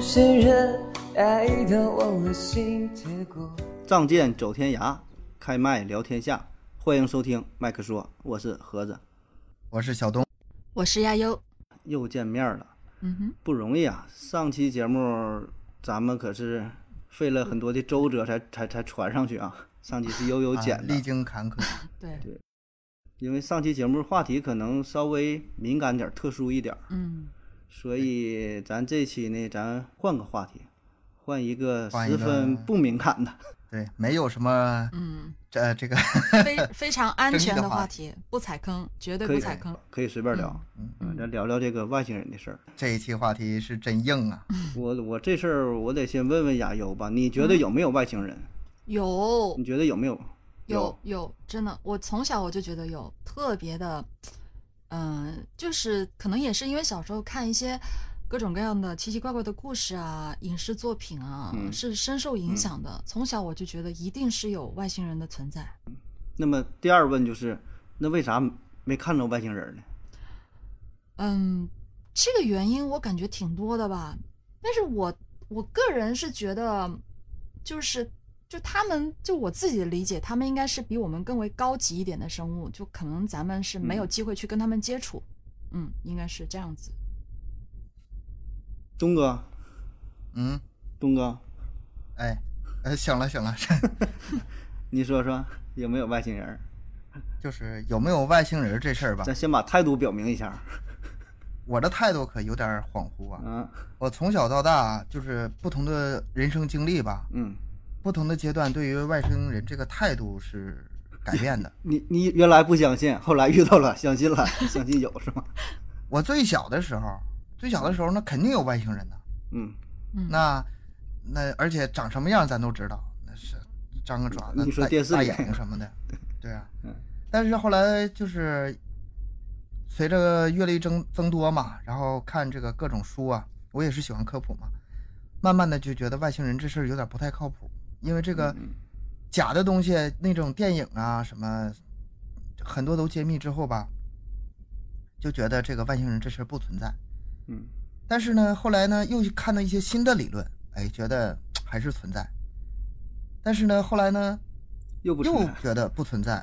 是人爱到忘了心，结果 仗剑走天涯，开麦聊天下。欢迎收听麦克说，我是盒子，我是小东，我是亚优。又见面了，嗯哼，不容易啊！上期节目咱们可是费了很多的周折才才才传上去啊。上期是悠悠啊剪的历，经坎坷，对，因为上期节目话题可能稍微敏感点儿、特殊一点儿，嗯，所以咱这期呢，咱换个话题，换一个换十一个分不敏感的。对，没有什么， 嗯，这这个，非非常安全的话题，不踩坑，绝对可以不踩坑。可以随便聊，嗯嗯，咱聊聊这个外星人的事儿。这一期话题是真硬啊，我我这事儿我得先问问亚优吧，你嗯觉得有没有外星人？有你觉得有没有？有有，真的，我从小我就觉得有特别的，嗯、就是可能也是因为小时候看一些各种各样的奇奇怪怪的故事啊、影视作品啊，嗯是深受影响的。从小我就觉得一定是有外星人的存在。那么第二问就是，那为啥没看着外星人呢？嗯，这个原因我感觉挺多的吧，但是我我个人是觉得，就是就他们就我自己的理解，他们应该是比我们更为高级一点的生物，就可能咱们是没有嗯机会去跟他们接触，嗯，应该是这样子。东哥，嗯，东哥，哎，呃，醒了醒了， 你说说有没有外星人？就是有没有外星人这事儿吧，咱先把态度表明一下。我的态度可有点恍惚啊，嗯我从小到大就是不同的人生经历吧，嗯，不同的阶段对于外星人这个态度是改变的。你你原来不相信，后来遇到了，相信了，相信有是吗？我最小的时候，最小的时候那肯定有外星人呐、嗯，嗯，那那而且长什么样咱都知道，那是张个爪子、你说大电视大里眼睛什 么的，对啊嗯。但是后来就是随着阅历增增多嘛，然后看这个各种书啊，我也是喜欢科普嘛，慢慢的就觉得外星人这事儿有点不太靠谱，因为这个嗯假的东西那种电影啊什么很多都揭秘之后吧，就觉得这个外星人这事儿不存在。嗯但是呢，后来呢又去看到一些新的理论，哎，觉得还是存在。但是呢，后来呢又不出又来。觉得不存在，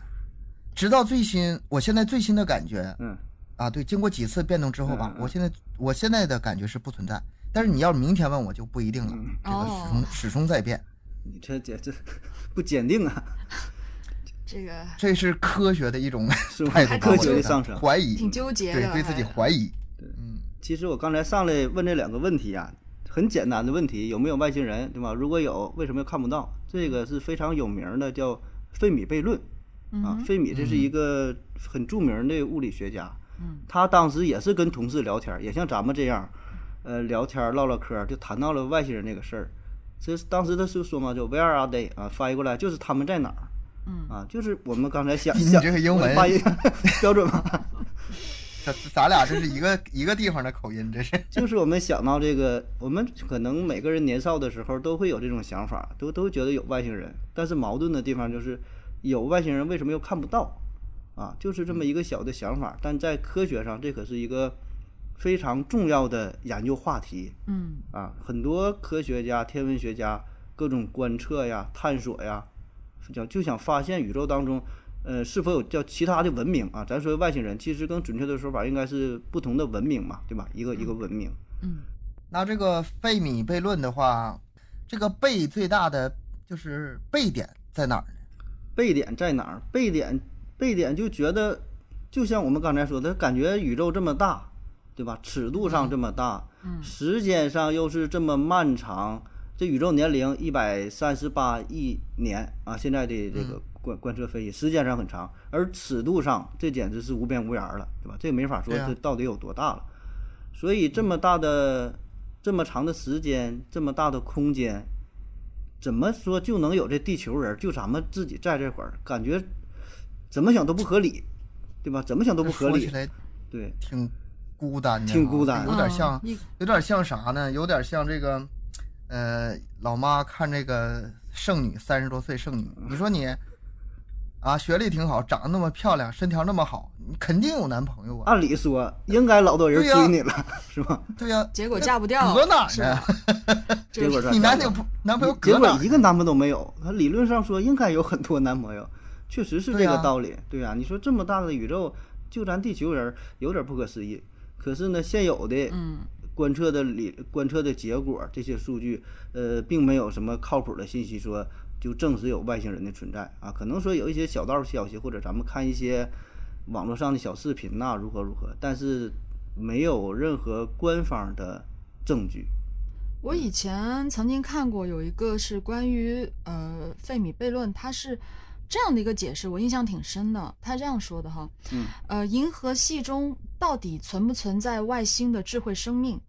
直到最新，我现在最新的感觉嗯啊，对，经过几次变动之后吧嗯，嗯我现在我现在的感觉是不存在。但是你要明天问我就不一定了，嗯，这个始哦终始终在变，你这这这不坚定啊，这个这是科学的 一种是吧态度吧，科我学的觉得上升怀疑，挺纠结的对，对自己还怀疑，对嗯，其实我刚才上来问这两个问题呀、很简单的问题，有没有外星人，对吧？如果有，为什么看不到？这个是非常有名的，叫费米悖论嗯啊哼。费米这是一个很著名的物理学家，嗯他当时也是跟同事聊天儿，也像咱们这样，呃，聊天儿唠唠嗑儿，就谈到了外星人这个事儿。这是当时他就说嘛，就 Where are they 啊，翻译过来就是他们在哪儿。嗯啊，就是我们刚才想你想这个英文发音 标准吗？咱咱俩这是一个一个地方的口音，这是，就是我们想到这个，我们可能每个人年少的时候都会有这种想法，都都觉得有外星人。但是矛盾的地方就是，有外星人为什么又看不到？啊，就是这么一个小的想法。但在科学上，这可是一个非常重要的研究话题嗯啊！很多科学家、天文学家各种观测呀、探索呀，就就想发现宇宙当中。呃，是否有叫其他的文明啊？咱说外星人，其实更准确的说法应该是不同的文明嘛，对吧？一个一个文明。嗯那这个费米悖论的话，这个悖最大的就是悖点在哪儿呢？背点在哪儿？背点背点就觉得，就像我们刚才说的，感觉宇宙这么大，对吧？尺度上这么大，嗯时间上又是这么漫长。这宇宙年龄一百三十八亿年啊，现在嗯的这个观观测分析时间上很长，而尺度上这简直是无边无沿儿了，对吧？这没法说对啊这到底有多大了。所以这么大的、这么长的时间、这么大的空间，怎么说就能有这地球人？就咱们自己在这会儿，感觉怎么想都不合理，对吧？怎么想都不合说起 理。来对，挺孤单的啊，挺孤单有点嗯像，一有点像啥呢？有点像这个，呃，老妈看这个剩女三十多岁剩女，你说你啊，学历挺好，长得那么漂亮，身条那么好，你肯定有男朋友啊。按理说应该老多人对呀追你了，是吧？对呀、结果嫁不掉，搁哪儿是呢吧？？结就是果他你男嫁友了不男朋友结搁哪果儿一个男朋友都没有。他理论上说应该有很多男朋友，确实是这对个呀道理。对呀、你说这么大的宇宙，就咱地球人儿有点不可思议。可是呢，现有的嗯，观测的理观测的结果，这些数据，呃，并没有什么靠谱的信息说就证实有外星人的存在啊。可能说有一些小道消息，或者咱们看一些网络上的小视频呐、如何如何，但是没有任何官方的证据。我以前曾经看过有一个是关于呃费米悖论，它是这样的一个解释，我印象挺深的。他这样说的哈，嗯，呃，银河系中到底存不存在外星的智慧生命？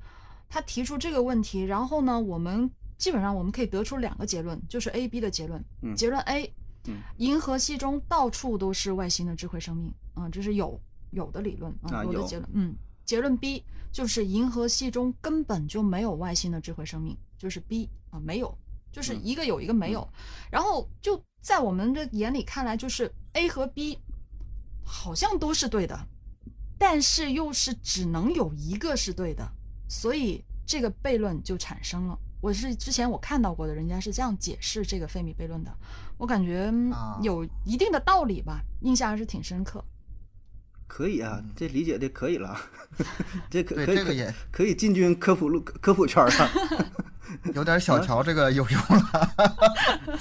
他提出这个问题，然后呢，我们基本上我们可以得出两个结论，就是 A、B 的结论。嗯结论 A，、嗯银河系中到处都是外星的智慧生命，啊、这是有有的理论啊有的有结论，嗯，结论 B 就是银河系中根本就没有外星的智慧生命，就是 B 啊、没有，就是嗯一个有一个没有，然后就在我们的眼里看来，就是 A 和 B 好像都是对的，但是又是只能有一个是对的，所以这个悖论就产生了。我是之前我看到过的，人家是这样解释这个费米悖论的，我感觉嗯啊有一定的道理吧，印象还是挺深刻。可以啊，这理解的可以了， 这可嗯对可以这个也可以进军科普路科普圈啊了，有点小乔这个有用了。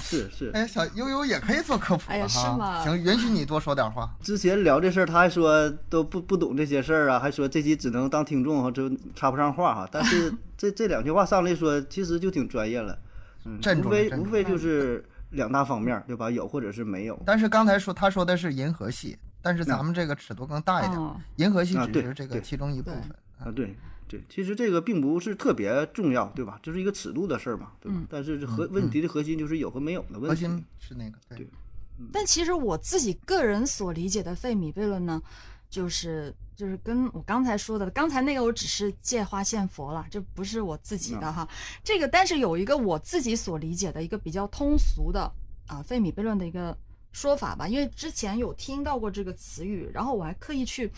是是。哎，小悠悠也可以做科普哎呀了哈是吗行，允许你多说点话。之前聊这事儿，他还说都不不懂这些事儿啊，还说这期只能当听众哈，就插不上话哈。但 是这这两句话上来说，其实就挺专业了，嗯，镇无住非了镇无住非就是两大方面儿，对吧？有或者是没有。但是刚才说他说的是银河系，但是咱们这个尺度更大一点，嗯银河系嗯啊只对是这个对其中一部对分。啊，对对，其实这个并不是特别重要，对吧？就是一个尺度的事儿嘛，对吧？嗯但是这核问题的核心就是有和没有的核问题。心是那个对对但其实我自己个人所理解的费米悖论呢，就是就是跟我刚才说的，刚才那个我只是借花献佛了，这不是我自己的哈。这个但是有一个我自己所理解的一个比较通俗的啊费米悖论的一个说法吧，因为之前有听到过这个词语，然后我还刻意去。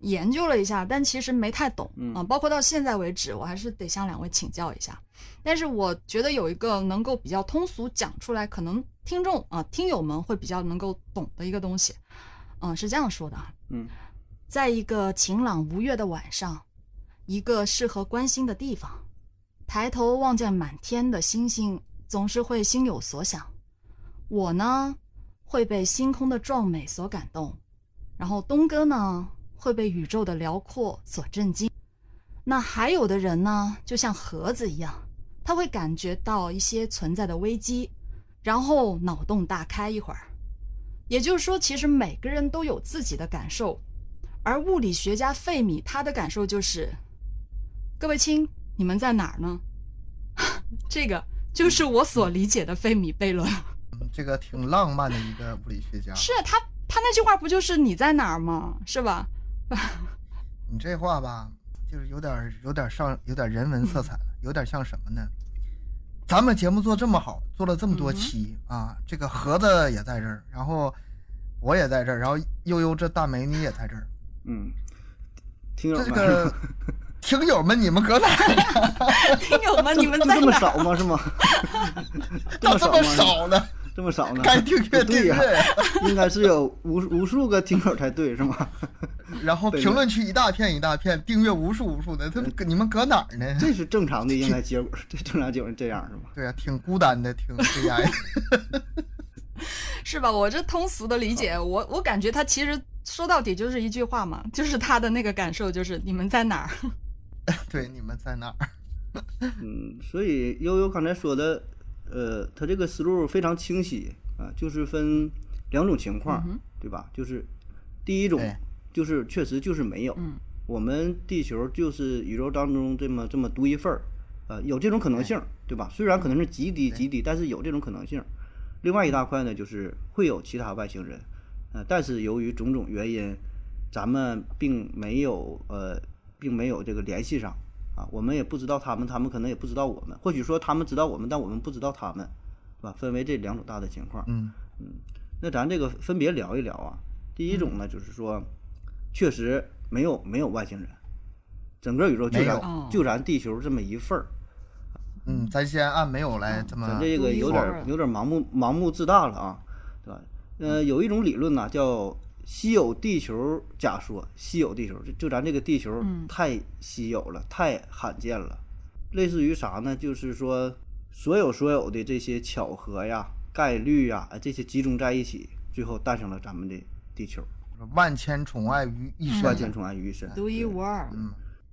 研究了一下，但其实没太懂嗯啊，包括到现在为止，我还是得向两位请教一下。但是我觉得有一个能够比较通俗讲出来，可能听众啊听友们会比较能够懂的一个东西，嗯，是这样说的啊，嗯，在一个晴朗无月的晚上，一个适合观星的地方，抬头望见满天的星星，总是会心有所想。我呢，会被星空的壮美所感动，然后东哥呢，会被宇宙的辽阔所震惊。那还有的人呢，就像盒子一样，他会感觉到一些存在的危机，然后脑洞大开一会儿。也就是说，其实每个人都有自己的感受，而物理学家费米他的感受就是：各位亲，你们在哪儿呢？ 这个就是我所理解的费米悖论。嗯这个挺浪漫的一个物理学家。是啊他他那句话不就是你在哪儿吗？是吧？你这话吧，就是有点儿有点儿上有点儿人文色彩了，有点儿像什么呢？咱们节目做这么好，做了这么多嗯期、啊，这个盒子也在这儿，然后我也在这儿，然后悠悠这大美女也在这儿，嗯，听友这们，个听友们你们搁哪儿呢？听友 们，你们就在 这么哪儿？少吗？是吗？ 这咋么少这么吗？少 呢？这么少呢？该订阅不订对呀、阅， 应该是有无无数个听友才对，是吗？ 然后对评论区一大片一大片，订阅无数无数的，他们你们搁哪儿呢？这是正常的，应该结果，这正常结果是这样，是吧？对呀、挺孤单的， 挺悲哀的。是吧？我这通俗的理解，我我感觉他其实说到底就是一句话嘛，就是他的那个感受就是你们在哪儿？对，你们在哪儿？嗯，所以悠悠刚才说的，呃，他这个思路非常清晰啊，就是分两种情况，对吧？就是第一种对，就是确实就是没有，嗯我们地球就是宇宙当中这么这么独一份儿，呃，有这种可能性，对吧？虽然可能是极低极低，但是有这种可能性。另外一大块呢，就是会有其他外星人，呃，但是由于种种原因，咱们并没有呃，并没有这个联系上啊，我们也不知道他们，他们可能也不知道我们，或许说他们知道我们，但我们不知道他们，是吧？分为这两种大的情况。嗯，那咱这个分别聊一聊啊。第一种呢，就是说，确实没有没有外星人，整个宇宙就没有哦咱就咱地球这么一份儿，嗯，咱先按没有来这么咱这个独一有无点二儿啊有点儿盲目盲目自大了啊，对吧？呃，有一种理论呢、叫稀有地球假说，稀有地球就就咱这个地球嗯太稀有了，太罕见了，类似于啥呢？就是说所有所有的这些巧合呀、概率呀这些集中在一起，最后诞生了咱们的地球，万千宠爱于一嗯身，万千宠爱于一身，独一对无二。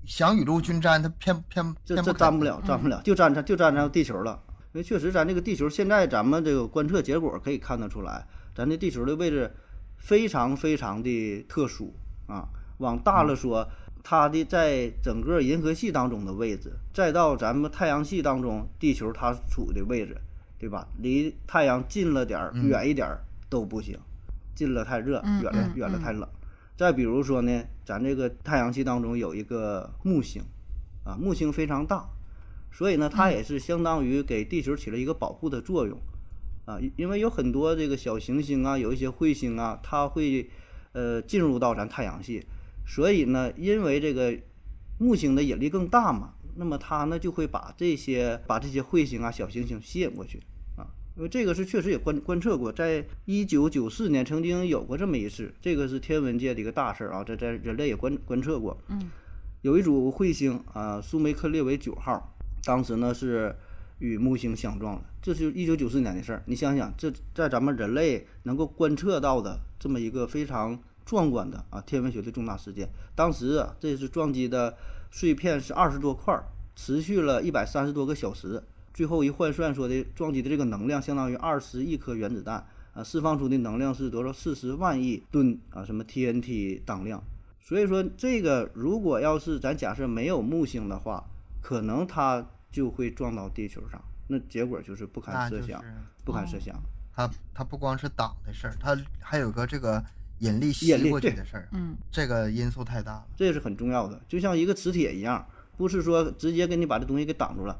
想雨露均沾，他偏偏嗯这偏这可沾不了，沾不了，就沾上就沾上地球了。因为确实，咱这个地球现在咱们这个观测结果可以看得出来，咱这地球的位置非常非常的特殊啊。往大了说，它的在整个银河系当中的位置，再到咱们太阳系当中，地球它处的位置，对吧？离太阳近了点儿，远一点儿都不行，近了太热，嗯远了嗯远了嗯太冷。再比如说呢，咱这个太阳系当中有一个木星，啊，木星非常大，所以呢，它嗯也是相当于给地球起了一个保护的作用，啊，因因为有很多这个小行星啊，有一些彗星啊，它会呃进入到咱太阳系，所以呢，因为这个木星的引力更大嘛，那么它呢就会把这些把这些彗星啊、小行星吸引过去啊，因为这个是确实也观观测过，在一九九四年曾经有过这么一次，这个是天文界的一个大事儿啊，这在人类也观观测过，嗯，有一组彗星啊，苏梅克列维九号，当时呢是与木星相撞了，这是一九九四年的事儿。你想想，这在咱们人类能够观测到的这么一个非常壮观的啊天文学的重大事件，当时啊，这是撞击的碎片是二十多块儿，持续了一百三十多个小时，最后一换算说的撞击的这个能量相当于二十亿颗原子弹。啊，释放出的能量是多少？四十万亿吨啊，什么 TNT 当量，所以说，这个如果要是咱假设没有木星的话，可能它就会撞到地球上，那结果就是不那堪就设是嗯想，不堪设想。他他不光是党的事儿，他还有个这个引力吸引力过去对的事儿，嗯，这个因素太大了。这是很重要的，就像一个磁铁一样，不是说直接给你把这东西给挡住了，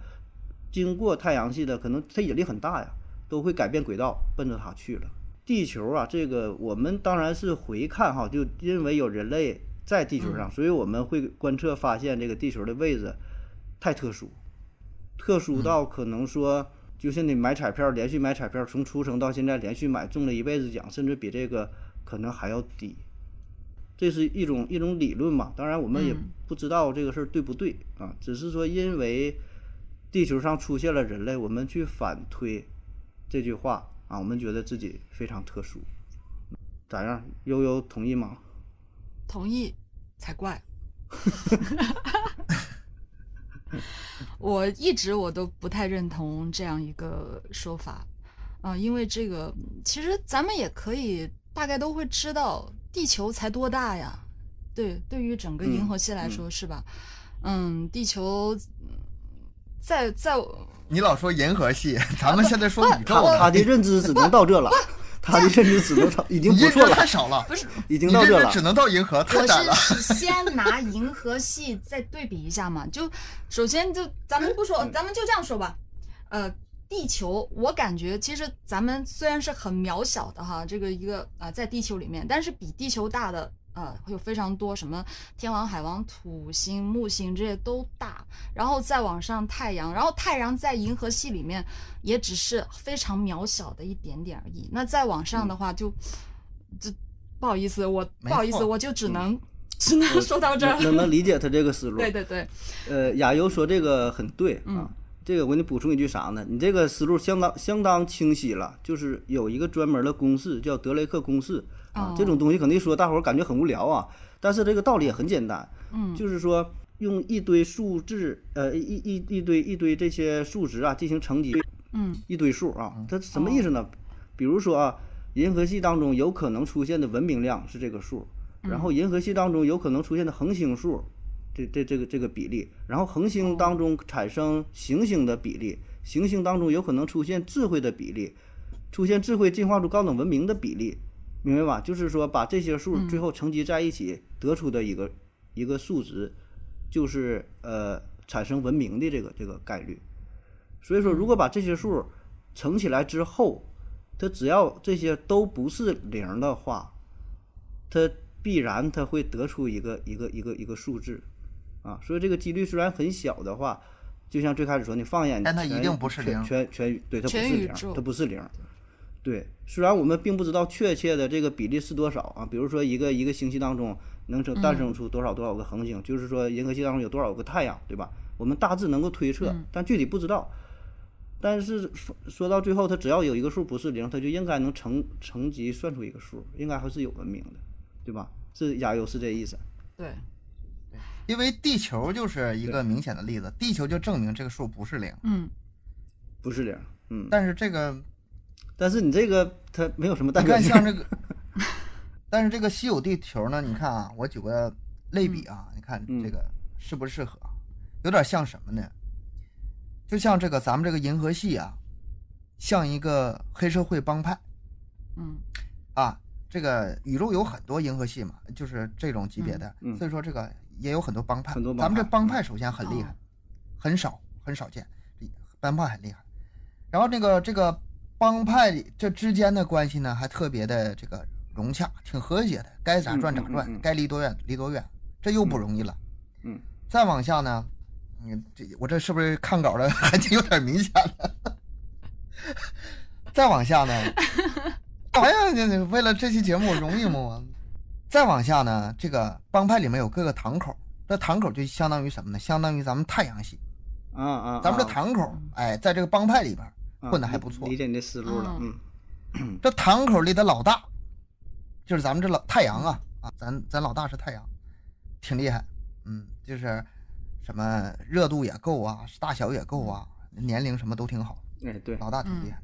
经过太阳系的，可能它引力很大呀，都会改变轨道，奔着它去了。地球啊，这个我们当然是回看哈，就因为有人类在地球上，所以我们会观测发现这个地球的位置太特殊，特殊到可能说，就像你买彩票，连续买彩票，从出生到现在连续买中了一辈子奖，甚至比这个可能还要低。这是一种一种理论嘛，当然我们也嗯不知道这个事儿对不对啊，只是说因为地球上出现了人类，我们去反推这句话啊，我们觉得自己非常特殊。咋样？悠悠同意吗？同意才怪。 我一直我都不太认同这样一个说法，啊、因为这个其实咱们也可以大概都会知道，地球才多大呀？对，对于整个银嗯河系来嗯说、是吧？嗯，地球在在你老说银河系，咱们现在说宇宙他哎他了，的认知只能到这 了，他的认知只能到，已经你不认错知了，太少了，不是已经你到认这知了。只能到银河，太我窄了。 是先拿银河系再对比一下嘛，就首先就咱们不说，咱们就这样说吧，呃。地球，我感觉其实咱们虽然是很渺小的哈，这个一个啊、在地球里面，但是比地球大的啊、有非常多，什么天王、海王、土星、木星这些都大，然后再往上太阳，然后太阳在银河系里面也只是非常渺小的一点点而已。那再往上的话就，就不好意思，我没不好意思，错我就只能、只能说 到这儿能。能能理解他这个思路。对对对，呃，亚优说这个很对啊。嗯这个我给你补充一句啥呢？你这个思路相当相当清晰了，就是有一个专门的公式叫德雷克公式啊。哦这种东西可能一说大伙儿感觉很无聊啊，但是这个道理也很简单，嗯就是说用一堆数字，呃，一一一一堆一堆这些数值啊进行乘积，嗯一堆数啊，它什么意思呢？比如说啊，银河系当中有可能出现的文明量是这个数，然后银河系当中有可能出现的恒星数，这这这个这个比例，然后恒星当中产生行星的比例，行星当中有可能出现智慧的比例，出现智慧进化出高等文明的比例，明白吧？就是说把这些数最后乘积在一起得出的一个、一个数值，就是呃产生文明的这个这个概率。所以说，如果把这些数乘起来之后，它只要这些都不是零的话，它必然它会得出一个一个一个一个数字，啊，所以这个几率虽然很小的话，就像最开始说，你放眼但它一全定不是全零全全宇对它不全是宇零宙，它不是零。对，虽然我们并不知道确切的这个比例是多少啊，比如说一个一个星系当中能生诞嗯生出多少多少个恒星，就是说银河系当中有多少个太阳，对吧？我们大致能够推测，嗯但具体不知道。但是说说到最后，它只要有一个数不是零，它就应该能乘乘积算出一个数，应该还是有文明的，对吧？是亚优是这意思。对，因为地球就是一个明显的例子，地球就证明这个数不是零，嗯，不是零，嗯，但是这个但是你这个它没有什么代你表看性，像这个，但是这个稀有地球呢，你看啊，我举个类比啊，你看嗯这个适不适合？有点像什么呢？就像这个咱们这个银河系啊，像一个黑社会帮派嗯，啊。这个宇宙有很多银河系嘛，就是这种级别的，嗯嗯所以说这个也有很多帮派。很多帮派嗯咱们这帮派首先很厉害，哦很少很少见，帮派很厉害。然后这个这个帮派里这之间的关系呢，还特别的这个融洽，挺和谐的，该咋转咋转，嗯嗯嗯嗯该离多远离多远，这又不容易了。嗯嗯再往下呢，嗯，这我这是不是看稿的还就有点明显了？ 再往下呢，哎呀，你你为了这期节目容易吗？我再往下呢，这个帮派里面有各个堂口，这堂口就相当于什么呢？相当于咱们太阳系，啊啊，咱们这啊堂口，哎，在这个帮派里边啊混得还不错理。解你的思路了，嗯嗯这堂口里的老大，就是咱们这老太阳啊啊，咱咱老大是太阳，挺厉害，嗯，就是什么热度也够啊，大小也够啊，年龄什么都挺好，哎对，老大挺厉害。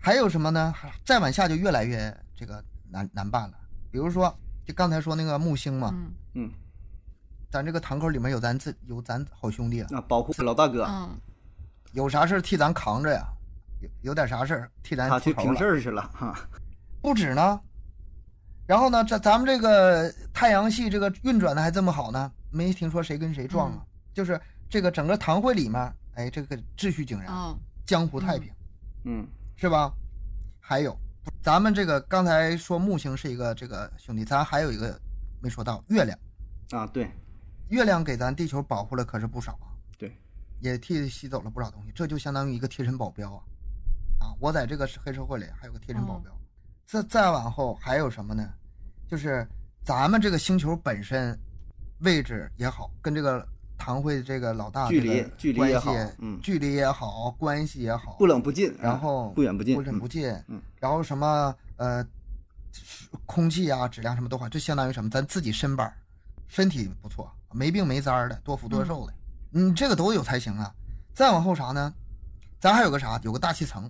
还有什么呢？还再往下就越来越这个难难办了，比如说就刚才说那个木星嘛，嗯嗯，咱这个堂口里面有咱自有咱好兄弟啊，那保护老大哥，嗯，有啥事儿替咱扛着呀，有有点啥事儿替咱他出去头平了事儿去了哈，不止呢。然后呢，这咱们这个太阳系这个运转的还这么好呢，没听说谁跟谁撞啊。嗯就是这个整个堂会里面，哎，这个秩序井然，嗯，江湖太平，嗯是吧？还有，咱们这个刚才说木星是一个这个兄弟，咱还有一个没说到月亮，啊对月亮给咱地球保护了可是不少啊，对，也替吸走了不少东西，这就相当于一个贴身保镖啊。啊，我在这个黑社会里还有个贴身保镖。再再往后还有什么呢？就是咱们这个星球本身位置也好，跟这个堂会这个老大距这个离距离关也系好嗯距离也好，关系也好，不冷不近，然啊后不远不近，不远嗯不近，嗯然后什么呃，空气啊、质量什么都好，就相当于什么，咱自己身板儿，身体不错，没病没灾儿的，多福多寿的，你这个都有才行啊。再往后啥呢？咱还有个啥？有个大气层，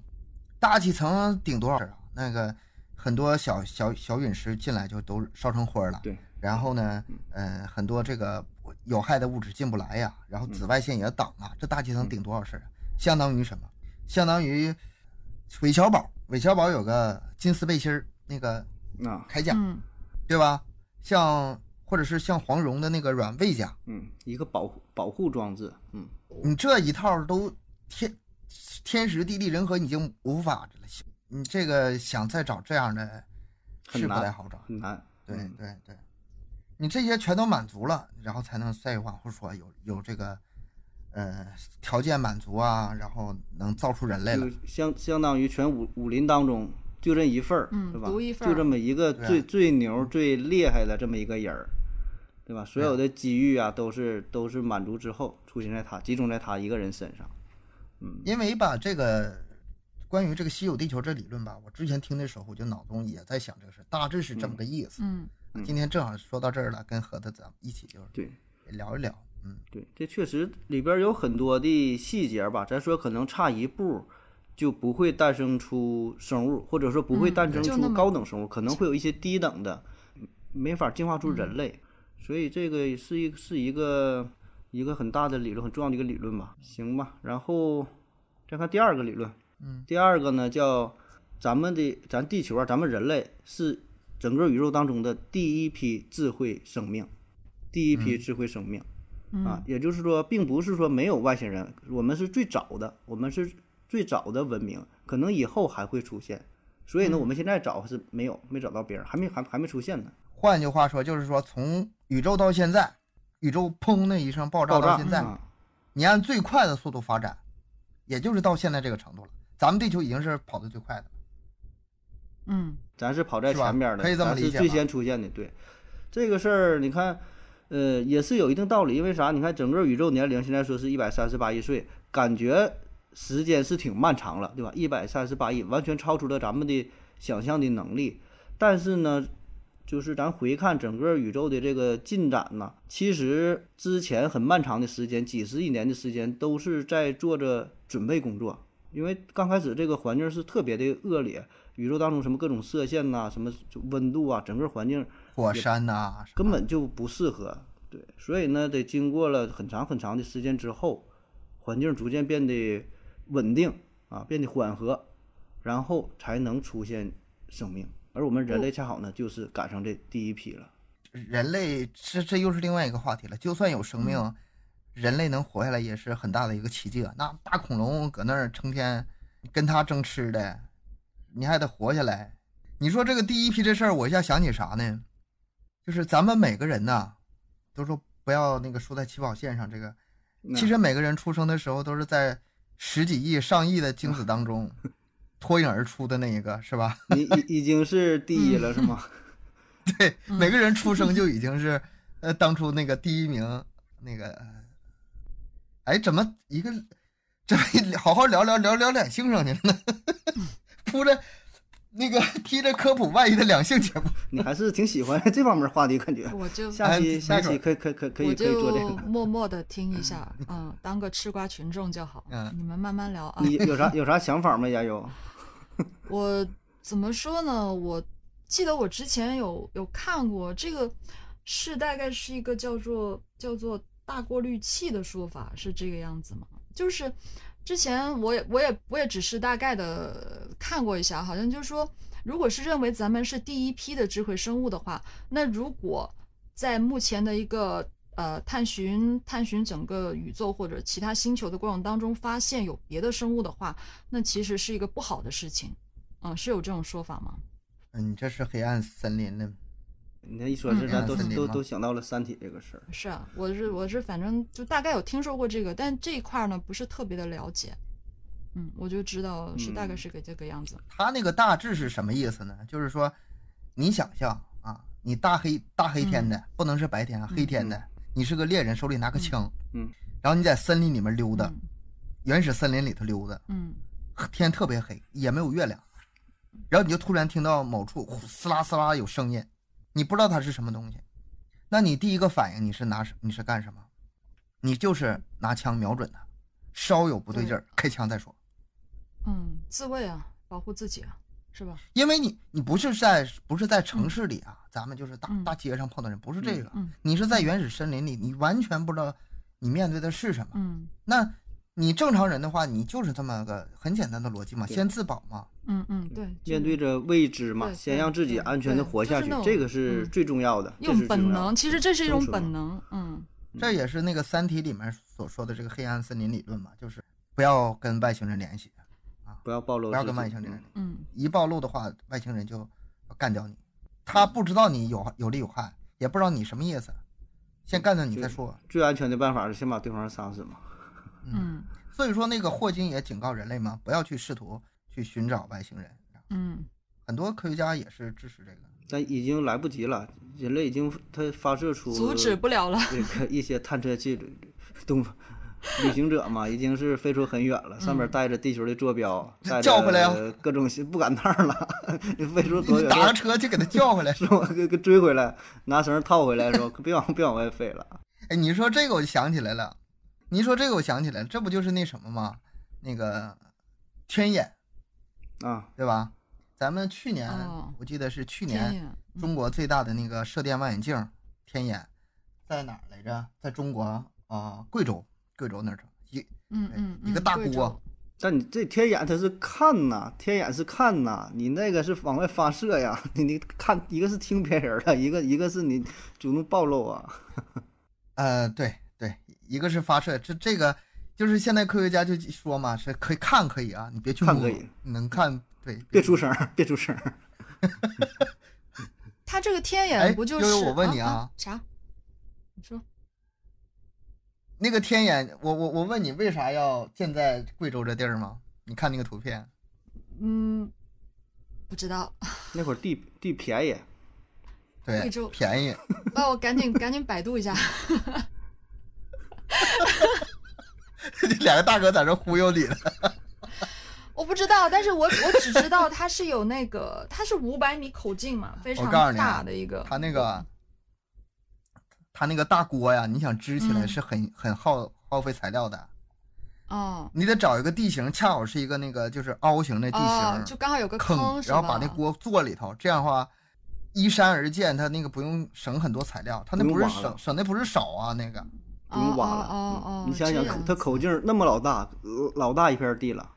大气层顶多少啊？那个很多小小小陨石进来就都烧成灰儿了，嗯对，然后呢，嗯呃，很多这个有害的物质进不来呀，然后嗯紫外线也挡啊，这大气层顶多少事儿啊？相当于什么？相当于韦小宝，韦小宝有个金丝背心儿那个啊铠甲，嗯，对吧？像或者是像黄蓉的那个软猬甲，嗯一个保护保护装置，嗯你这一套都天天时地利人和已经无法了，你这个想再找这样的很是不难太好找。很难，对嗯对对，你这些全都满足了，然后才能再往后说有有这个，呃，条件满足啊，然后能造出人类了。就相相当于全武武林当中就这一份儿，嗯对吧？独一份儿就这么一个对啊最最牛、最厉害的这么一个人儿，对吧？所有的机遇啊，都是都是满足之后出现在他，集中在他一个人身上。因为吧，这个关于这个稀有地球这理论吧，我之前听的时候，我就脑中也在想这个事儿，大致是这么个意思。啊嗯，嗯今天正好说到这儿了，跟盒子咱们一起就是对聊一聊，嗯，对，这确实里边儿有很多的细节吧，咱说可能差一步。就不会诞生出生物，或者说不会嗯诞生就嗯那出么高等生物，可能会有一些低等的，没法进化出人类，所以这个是一是一个一个很大的理论，很重要的一个理论吧，行吧。然后再看第二个理论，嗯，第二个呢叫咱们的咱地球啊，咱们人类是整个宇宙当中的第一批智慧生命，第一批嗯智慧生命。嗯啊，也就是说，并不是说没有外星人，我们是最早的，我们是最早的文明，可能以后还会出现，所以呢，嗯我们现在找是没有，没找到别人，还没还还没出现呢。换句话说，就是说从宇宙到现在，宇宙砰的一声爆炸爆炸到现在，啊，你按最快的速度发展，也就是到现在这个程度了。咱们地球已经是跑得最快的了。嗯咱是跑在是吧前边的，可以这么理解吧咱是最先出现的。对，这个事儿你看，呃，也是有一定道理。因为啥？你看整个宇宙年龄现在说是一百三十八亿岁，感觉时间是挺漫长了，对吧？一百三十八亿，完全超出了咱们的想象的能力。但是呢，就是咱回看整个宇宙的这个进展呐，其实之前很漫长的时间，几十亿年的时间，都是在做着准备工作。因为刚开始这个环境是特别的恶劣，宇宙当中什么各种射线呐、什么就温度啊，整个环境火山呐、什么根本就不适合。对，所以呢，得经过了很长很长的时间之后，环境逐渐变得稳定啊，变得缓和，然后才能出现生命。而我们人类恰好呢，就是赶上这第一批了。人类这这又是另外一个话题了。就算有生命，人类能活下来也是很大的一个奇迹啊。那大恐龙搁那儿成天跟它争吃的，你还得活下来。你说这个第一批这事儿，我一下想起啥呢？就是咱们每个人呐、都说不要那个输在起跑线上。这个那其实每个人出生的时候都是在十几亿、上亿的精子当中脱颖而出的那一个，是吧？你已已经是第一了，是吗？对， 每个人出生就已经是，呃，当初那个第一名，那个，呃哎，怎么一个，怎么一好好聊聊聊聊两性上去了呢？ 铺着那个披着科普外衣的两性节目，你还是挺喜欢这方面话题，感 觉。我就下期哎下期没准可以可以可以可我以可以做这就个。默默的听 一下，嗯，当个吃瓜群众就好。嗯你们慢慢聊啊。你有啥有啥想法吗？加油！我怎么说呢？我记得我之前有有看过这个，是大概是一个叫做叫做大过滤器的说法，是这个样子吗？就是之前我也我也我也只是大概的看过一下，好像就是说，如果是认为咱们是第一批的智慧生物的话，那如果在目前的一个呃探寻探寻整个宇宙或者其他星球的过程当中，发现有别的生物的话，那其实是一个不好的事情。嗯，是有这种说法吗？嗯，这是黑暗森林的，你这一说，这咱都嗯都都想到了《三体》这个事儿。是啊，我是我是，反正就大概有听说过这个，但这一块儿呢不是特别的了解。嗯，我就知道是大概嗯是个这个样子。它那个大致是什么意思呢？就是说，你想象啊，你大黑大黑天的，嗯不能是白天啊，黑天的，你是个猎人，手里拿个枪，嗯，然后你在森林里面溜达，嗯原始森林里头溜达。嗯天特别黑，也没有月亮，然后你就突然听到某处呼撕拉撕拉有声音，你不知道它是什么东西，那你第一个反应你是拿什你是干什么？你就是拿枪瞄准它，稍有不对劲儿开枪再说，嗯，自卫啊，保护自己啊，是吧？因为你你不是在不是在城市里啊，咱们就是大、嗯大街上碰到人，不是这个，嗯嗯你是在原始森林里，你完全不知道你面对的是什么。嗯那你正常人的话，你就是这么个很简单的逻辑嘛，对先自保嘛。嗯嗯，对，面就是对着未知嘛，对先对让自己对安全的对活下就是去那，种这个是嗯最重要的。这是用最重本要能，的其实这是一种生存嘛本能。嗯这也是那个《三体》里面所说的这个黑暗森林理论嘛，就是不要跟外星人联系，不要暴露不自己，要跟外星人联嗯系，嗯一暴露的话，外星人就干掉你。他不知道你有有利有害，也不知道你什么意思，先干掉你再说。最安全的办法是先把对方杀死嘛。嗯所以说，那个霍金也警告人类嘛，不要去试图去寻找外星人。嗯很多科学家也是支持这个。但已经来不及了，人类已经它发射出嗯，阻止不了了。这个一些探测器，东旅行者嘛，已经是飞出很远了，上嗯面带着地球的坐标，带叫回来啊着各种不赶趟儿了， 飞出多你远？，打个车就给他叫回来是吧？ 给给追回来，拿绳儿套回来，说别往别往外飞了。哎，你说这个我就想起来了，你说这个我想起来了，这不就是那什么吗？那个天眼啊，对吧？咱们去年、哦我记得是去天嗯年呀，中国最大的那个射电望远镜天眼在哪儿来着？在中国啊、贵州，贵州那儿整一嗯嗯，一个嗯大贵锅州但你这天眼它是看呐、天眼是看呐、你那个是往外发射呀， 你你看一个是听别人的，一个一个是你主动暴露啊。呃，对对，一个是发射，这这个就是现在科学家就说嘛，是可以看可以啊，你别去看摸可以能看对，别出声儿，别出声儿。 他这个天哎眼不就悠是？悠我问你啊啊啥？你说那个天眼，我我我问你，为啥要建在贵州这地儿吗？你看那个图片，嗯，不知道。 那会儿地地便宜，对，贵州便宜， 帮我赶紧赶紧百度一下。两个大哥在这忽悠你呢。我不知道，但是我我只知道它是有那个，它是五百米口径嘛，非常告诉你啊大的一个。他那个，他那个大锅呀，你想支起来嗯是很、很耗耗费材料的，嗯，你得找一个地形，恰好是一个那个就是凹形的地形，哦，就刚好有个坑，是吧？然后把那锅做里头，这样的话。依山而建，它那个不用省很多材料，它那不用不是挖了省省那不是少啊，那个不用挖了。哦哦哦哦嗯你想这想，样口它口径儿那么老大，呃老大一片地了，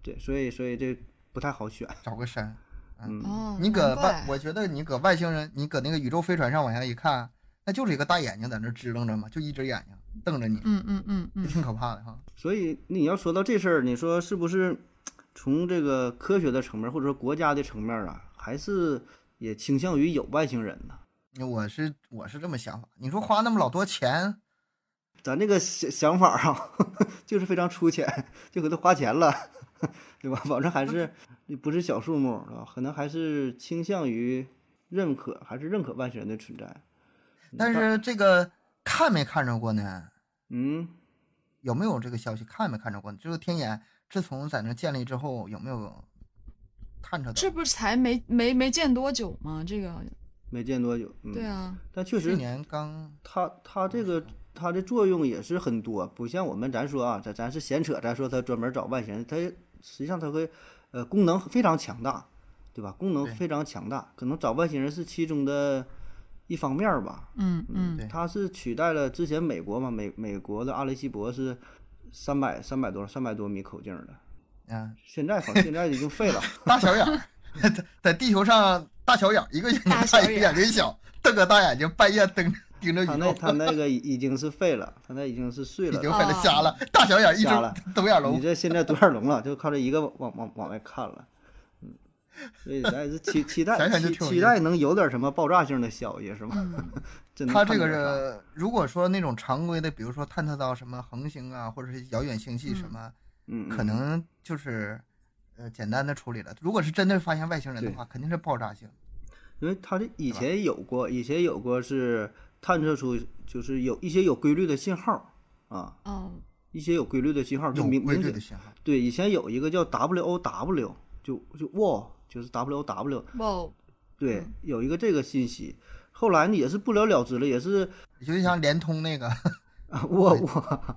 对，所以所以这不太好选。找个山，嗯，哦，你搁难怪外，我觉得你搁外星人，你搁那个宇宙飞船上往下一看，那就是一个大眼睛在那支棱着嘛，就一只眼睛瞪着你，嗯嗯嗯嗯，挺可怕的哈。所以你要说到这事儿，你说是不是从这个科学的层面，或者说国家的层面啊，还是也倾向于有外星人呢？我是我是这么想法，你说花那么老多钱，嗯咱这个想想法儿啊， 就是非常粗浅， 就给他花钱了， 对吧？反正还是不是小数目啊，可能还是倾向于认可，还是认可外星人的存在。但是这个看没看着过呢？嗯，有没有这个消息？看没看着过呢？这个天眼自从在那建立之后，有没有探测这到？不是才没没没见多久吗？这个，嗯没见多久，嗯，对啊，但确去实年刚它它这个它的作用也是很多，不像我们咱说啊，咱咱是闲扯，咱说它专门找外星人，它实际上它会呃功能非常强大，对吧？功能对非常强大，可能找外星人是其中的一方面儿吧。嗯嗯对它是取代了之前美国嘛，美美国的阿雷西博是三百三百多三百多米口径的，啊，现在好像现在已经废了， 大小眼儿， 在在地球上大小眼儿，一个眼睛大大，小一个眼儿眼睛小，瞪个大眼睛，半夜盯盯着宇它啊那宙。它那个已已经是废了，它那已经是碎已了经的。非哦得瞎了，大小眼一只瞎了独眼你龙，这现在独眼龙了，就靠这一个往往往外看了，嗯，所以咱也是期期待想想就期挺有期意思待能有点什么爆炸性的消息是吧？ 这能它看这个出来是如果说那种常规的，比如说探测到什么恒星啊，或者是遥远星系什么，嗯，可嗯能就是呃简单的处理了。如果是真的发现外星人的对话，肯定是爆炸性。因为它这以前有过，以前有过是探测出就是有一些有规律的信号啊，哦，一些有规律的信号就有明规明律显的信号，对，以前有一个叫 WOW，就就哇，就是 WOW，哇哦，对嗯，有一个这个信息，后来呢也是不了了之了，也是就像联通 那个，哎啊哇哇。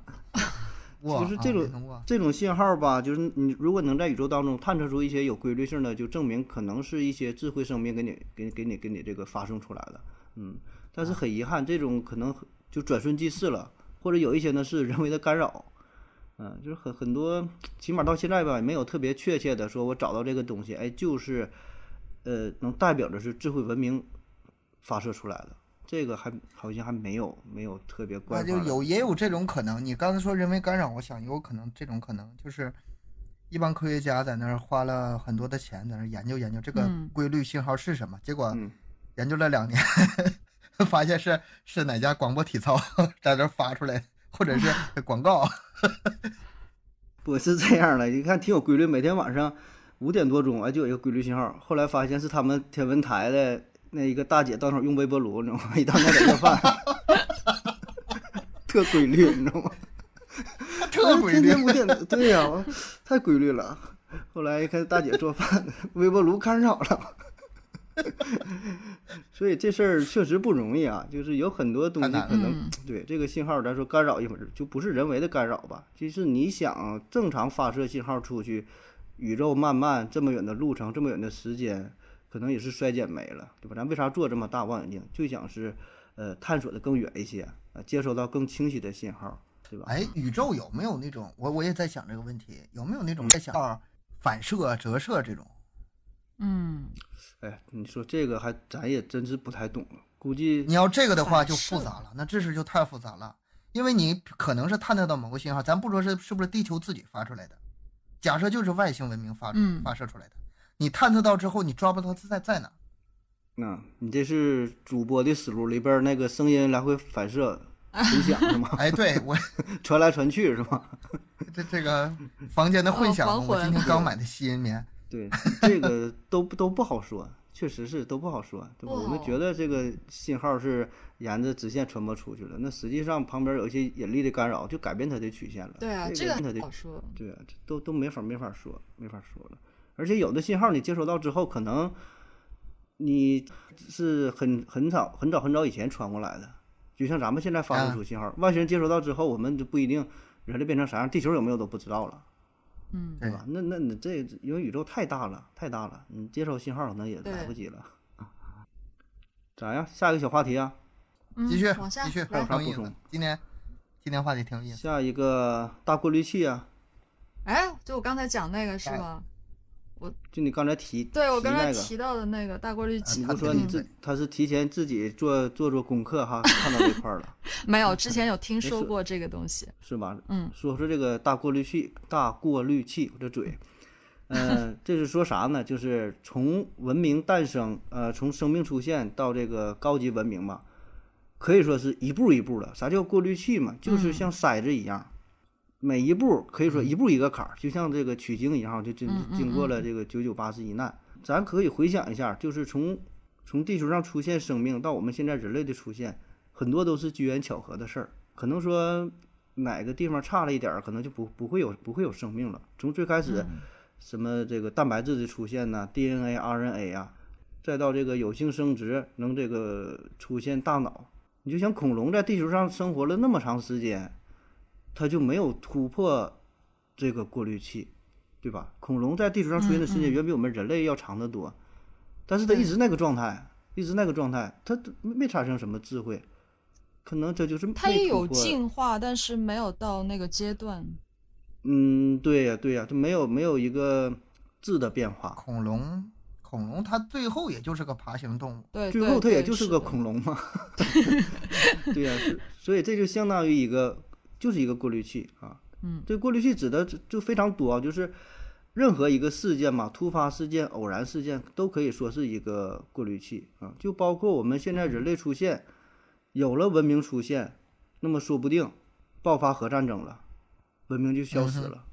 哇，就是啊这种联通哇，这种信号吧，就是你如果能在宇宙当中探测出一些有规律性的，就证明可能是一些智慧生命给你、给、给你、给你这个发送出来的。嗯，但是啊很遗憾，这种可能就转瞬即逝了，或者有一些呢是人为的干扰。嗯，就是很很多，起码到现在吧，没有特别确切的说，我找到这个东西，哎，就是，呃，能代表着是智慧文明发射出来的，这个还好像还没有没有特别那官就方的。有也有这种可能。你刚才说人为干扰，我想有可能这种可能就是。一帮科学家在那儿花了很多的钱，在那儿研究研究这个嗯规律信号是什么，结果嗯，研究了两年， 发现是是哪家广播体操 在这发出来，或者啊是广告。 我是这样的，一看挺有规律，每天晚上五点多钟哎就有一个规律信号，后来发现是他们天文台的那一个大姐到那儿用微波炉，你知道吗？一到那儿在做饭， 特规律，你知道吗？特规律哎天天五点，对呀、我太规律了。后来一看大姐做饭，微波炉看少了。 所以这事儿确实不容易啊，就是有很多东西太难了可能嗯对这个信号，咱说干扰一会儿，就不是人为的干扰吧？就是你想正常发射信号出去，宇宙漫漫这么远的路程，这么远的时间，可能也是衰减没了，对吧？咱为啥做这么大望远镜？就想是，呃，探索的更远一些，呃，接收到更清晰的信号，对吧？哎，宇宙有没有那种？我我也在想这个问题，有没有那种在想到反射、折射这种？嗯，哎，你说这个还咱也真是不太懂了，估计你要这个的话就复反射杂了，那这事就太复杂了，因为你可能是探测到某个信号，咱不说是是不是地球自己发出来的，假设就是外星文明发出嗯发射出来的，你探测到之后，你抓不到它在在哪。嗯，你这是主播的思路里边儿那个声音来回反 射回响是吗？哎，对我传来传去是吗？ 这这个房间的混响，哦防我混今天 刚买的吸音棉，对，这个都都不好说，确实是都不好说，对吧？不我们好觉得这个信号是沿着直线传播出去了，那实际上旁边有一些引力的干扰，就改变它的曲线了。对啊，这这个它的好说。对啊，这都都没法没法说，没法说了。而且有的信号你接收到之后，可能你是很很早很早很早以前传过来的，就像咱们现在发啊射出信号，外星人接收到之后，我们就不一定人类变成啥样，地球有没有都不知道了。嗯，对对吧？那那你这因为宇宙太大了，太大了，你接收信号可能也对来不及了。 咋样？下一个小话题啊，嗯继续往下继续，还有来啥。挺有意补思充。今天今天话题挺有意思。下一个大过滤器啊，哎，就我刚才讲那个是哎吗？就你刚才提对我提刚才那提个，到的那个大过滤器你他不说提你的自他是提前自己做做做功课哈，看到这块儿了 没有，之前有听是说过这个东西。是吧？嗯，说说这个大过滤器，大过滤器，我这嘴，呃，这是说啥呢？就是从文明诞生，呃，从生命出现到这个高级文明嘛，可以说是一步一步的。啥叫过滤器嘛？就是像筛子一样，每一步可以说一步一个坎儿，就像这个取经一样，就经嗯嗯嗯经过了这个九九八十一难。咱可以回想一下，就是从从地球上出现生命到我们现在人类的出现，很多都是机缘巧合的事儿。可能说哪个地方差了一点儿，可能就不不会有不会有生命了。从最开嗯始，什么这个蛋白质的出现呐、DNA、RNA 啊，再到这个有性生殖能这个出现大脑，你就想恐龙在地球上生活了那么长时间，它就没有突破这个过滤器，对吧？恐龙在地球上出现的时间嗯嗯远比我们人类要长得多，但是它一直那个状态，一直那个状态，它都没没产生什么智慧，可能这就是它没突也有破进化，但是没有到那个阶段。嗯，对呀、对呀、它没有没有一个质的变化，恐龙，恐龙它最后也就是个爬行动物，对，最对后它也对就是是个的恐龙 嘛。对呀、是所以这就相当于一个就是一个过滤器啊。嗯，这过滤器指的就就非常多啊，就是任何一个事件嘛，突发事件、偶然事件都可以说是一个过滤器啊。就包括我们现在人类出现，有了文明出现，那么说不定爆发核战争了，文明就消失嗯哼了。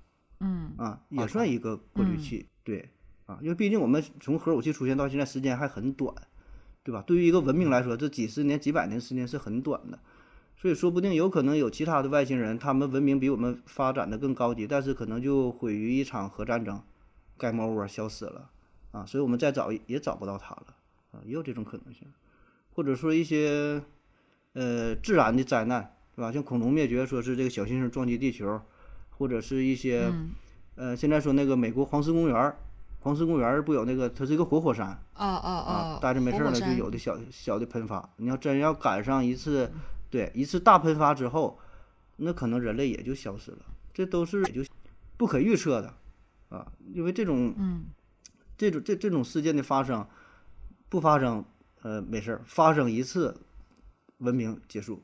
嗯，啊，也算一个过滤器，对啊，因为毕竟我们从核武器出现到现在时间还很短，对吧？对于一个文明来说，这几十年、几百年时间是很短的，所以说不定有可能有其他的外星人，他们文明比我们发展的更高级，但是可能就毁于一场核战争，game over 消失了啊，所以我们再找也找不到他了啊，也有这种可能性，或者说一些呃自然的灾难，对吧？像恐龙灭绝，说是这个小行星撞击地球。或者是一些嗯呃，现在说那个美国黄石公园儿，黄石公园儿不有那个，它是一个活火山啊啊啊啊，，待着没活事儿火了就山有的小小的喷发。你要真要赶上一次，对一次大喷发之后，那可能人类也就消失了，这都是也就不可预测的啊，因为这种嗯，这种这这种事件的发生，不发生呃没事儿，发生一次文明结束，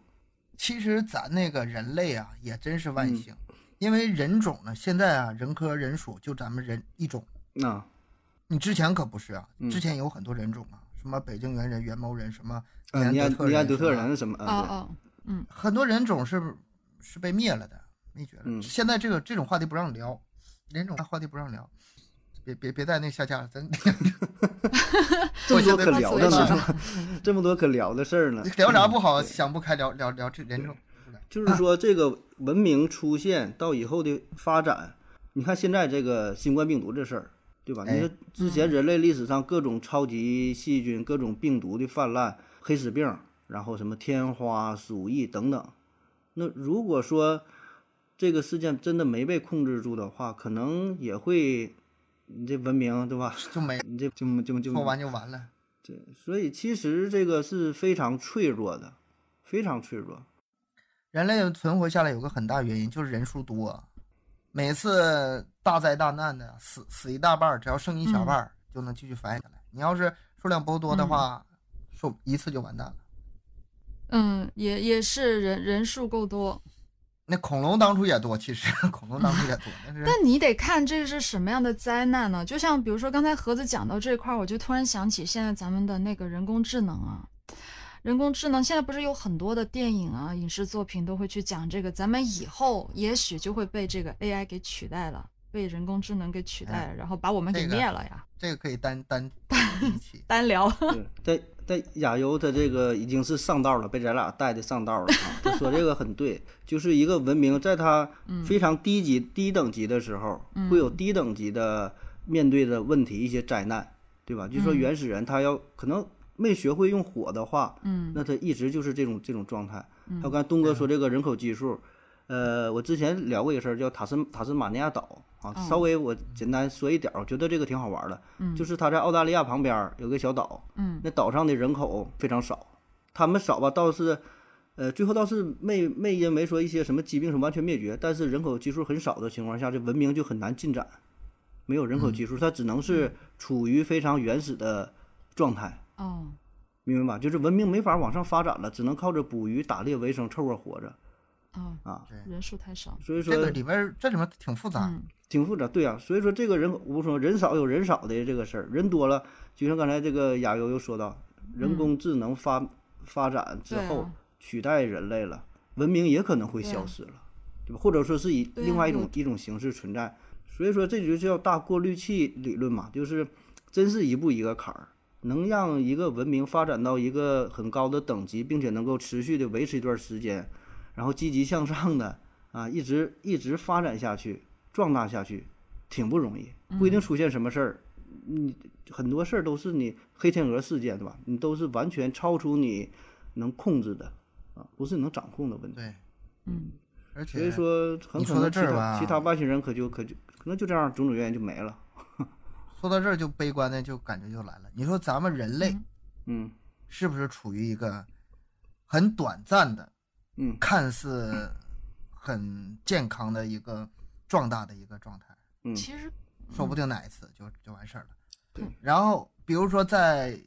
其实咱那个人类啊，也真是嗯万幸，因为人种呢，现在啊，人科人属就咱们人一种，那、你之前可不是啊，嗯之前有很多人种啊，什么北京猿人、元谋人，什么呃尼安安尼安德德特什么人什么啊啊，啊，很多人种是是被灭了的，灭绝了。嗯现在这个这种话题不让聊，人种话题不让聊，别别别在那下架 了，咱这么哦多我现在可聊的到呢此为止，这么多可聊的事儿呢， 聊啥不好，想不开聊聊聊这人种。就是说，这个文明出现到以后的发展，你看现在这个新冠病毒这事儿，对吧？哎你说之前人类历史上各种超级细菌、各种病毒的泛滥，黑死病，然后什么天花、鼠疫等等。那如果说这个事件真的没被控制住的话，可能也会你这文明，对吧？就没你这就就就说完就完了。所以其实这个是非常脆弱的，非常脆弱。人类存活下来有个很大原因就是人数多，每次大灾大难的死死一大半儿，只要剩一小半儿就能继续繁衍下来。你要是数量不多的话，数一次就完蛋了。嗯，也也是人人数够多，那恐龙当初也多，其实恐龙当初也多，但是但你得看这是什么样的灾难呢？就像比如说刚才盒子讲到这块儿，我就突然想起现在咱们的那个人工智能啊，人工智能现在不是有很多的电影啊、影视作品都会去讲这个，咱们以后也许就会被这个 AI 给取代了，被人工智能给取代了，然后把我们给这个灭了呀，这个可以单单一 起。单聊。对，但但嗯亚优他这个已经是上道了，被咱俩带的上道了啊。他说这个很对，就是一个文明在它嗯非常低级、低等级的时候，会有低等级的面对的问题，一些灾难，对吧？嗯就说原始人他要可能没学会用火的话，嗯那他一直就是这种这种状态。还有刚才东哥说这个人口基数，呃，我之前聊过一个事儿，叫塔斯塔斯马尼亚岛啊，哦稍微我简单说一点儿，我觉得这个挺好玩儿的，就是它在澳大利亚旁边儿有个小岛，嗯，那岛上的人口非常少，他们少吧倒是。呃，最后倒是没没因为说一些什么疾病什么完全灭绝，但是人口基数很少的情况下，这文明就很难进展，没有人口基数，它只能嗯是处于非常原始的状态。哦，明白吧？就是文明没法往上发展了，只能靠着捕鱼、打猎为生，凑合活着哦，啊。人数太少。所以这个说里边儿这里面儿挺复杂，嗯挺复杂，对啊。所以说这个人，我说人少有人少的这个事儿，人多了，就像刚才这个亚优又说到，人工智能发、发展之嗯对啊后、取代人类了，文明也可能会对啊消失了，对吧？或者说是以对啊另外一种、有一种形式存在。所以说这就叫大过滤器理论嘛，就是真是一步一个坎儿。能让一个文明发展到一个很高的等级，并且能够持续的维持一段时间，然后积极向上的啊，一直一直发展下去，壮大下去，挺不容易。不一定出现什么事儿，你很多事儿都是你黑天鹅事件，对吧？你都是完全超出你能控制的啊，不是你能掌控的问题。对，嗯，而所以且说，很你可说到能这其儿他吧其他外星人可就可就可能就这样，种种原因就没了。说到这儿就悲观的就感觉就来了。你说咱们人类嗯嗯是不是处于一个很短暂的、嗯，看似很健康的一个壮大的一个状态？嗯其实说不定哪一次就就完事儿了。对，然后比如说在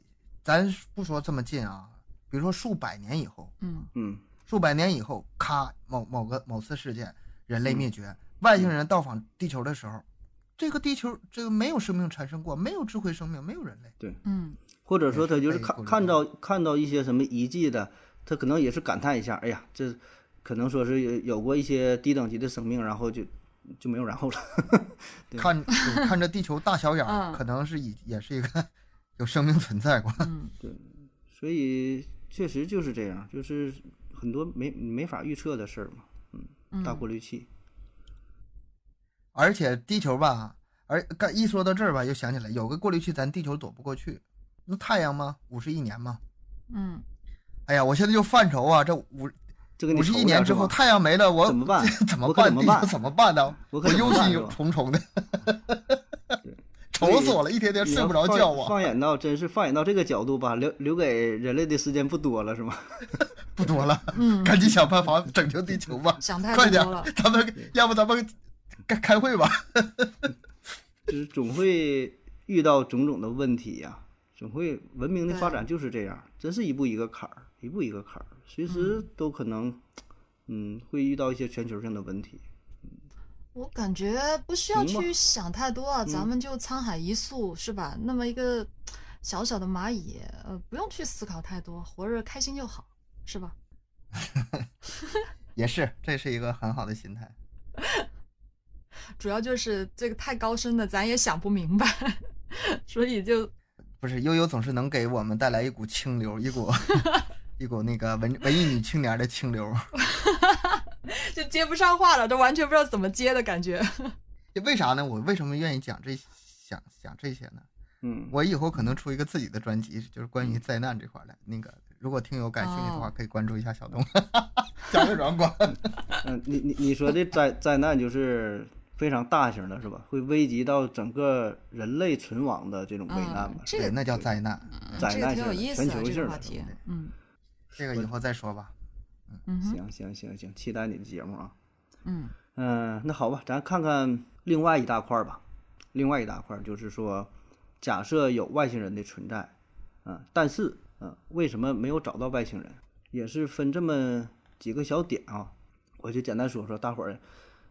咱不说这么近啊，比如说数百年以后，嗯嗯数百年以后，咔，某某个某次事件，嗯人类灭绝，外星人到访地球的时候，这个地球这个没有生命产生过，没有智慧生命，没有人类。嗯或者说他就是对看对看到看到一些什么遗迹的，他可能也是感叹一下，哎呀，这可能说是有有过一些低等级的生命，然后就就没有然后了。对看对看着地球大小眼儿，嗯可能是以也是一个有生命存在过。 嗯，所以确实就是这样，就是很多没没法预测的事儿嘛。嗯大过滤器，而且地球吧，而刚一说到这儿吧，又想起来有个过滤器，咱地球躲不过去。那太阳吗？五十亿年吗？嗯，哎呀，我现在就犯愁啊，这五这个你五十瞅一着年之是后吧？太阳没了，我怎么办 怎么我可办？怎么地球办怎么办呢？我可怎么忧办心是吧忡忡的，所 愁以死我了，一天天你睡要不着放觉啊，放眼到真是放眼到这个角度吧，留留给人类的时间不多了，是吗？ 不多了，嗯赶紧想办法拯救地球吧，想太快点多了，，咱们要不咱们开开会吧？ 就是总会遇到种种的问题呀、总会文明的发展就是这样，真是一步一个坎儿，一步一个坎儿，随时都可能，嗯，会遇到一些全球性的问题。我感觉不需要行吧嗯去想太多啊，咱们就沧海一粟是吧？那么一个小小的蚂蚁，呃，不用去思考太多，活着开心就好，是吧？也是，这是一个很好的心态。主要就是这个太高深的，咱也想不明白， 所以就不是悠悠总是能给我们带来一股清流，一股一股那个文文艺女青年的清流。 就接不上话了，都完全不知道怎么接的感觉。为啥呢？我为什么愿意讲这想想这些呢？嗯，我以后可能出一个自己的专辑，就是关于灾难这块儿的。那个，如果听友感兴趣的话，哦可以关注一下小东， 加个软管。嗯，你你你说的灾灾难就是非常大型的，是吧？会危及到整个人类存亡的这种危难吧嗯？这对，个那叫灾难，灾这个难性挺的，有意思全啊，球这性个的话题。嗯这个以后再说吧。嗯哼行行行行，期待你的节目啊。嗯嗯，那好吧，咱看看另外一大块儿吧。另外一大块儿就是说，假设有外星人的存在，啊、但是，啊、为什么没有找到外星人？也是分这么几个小点啊。我就简单说说，大伙儿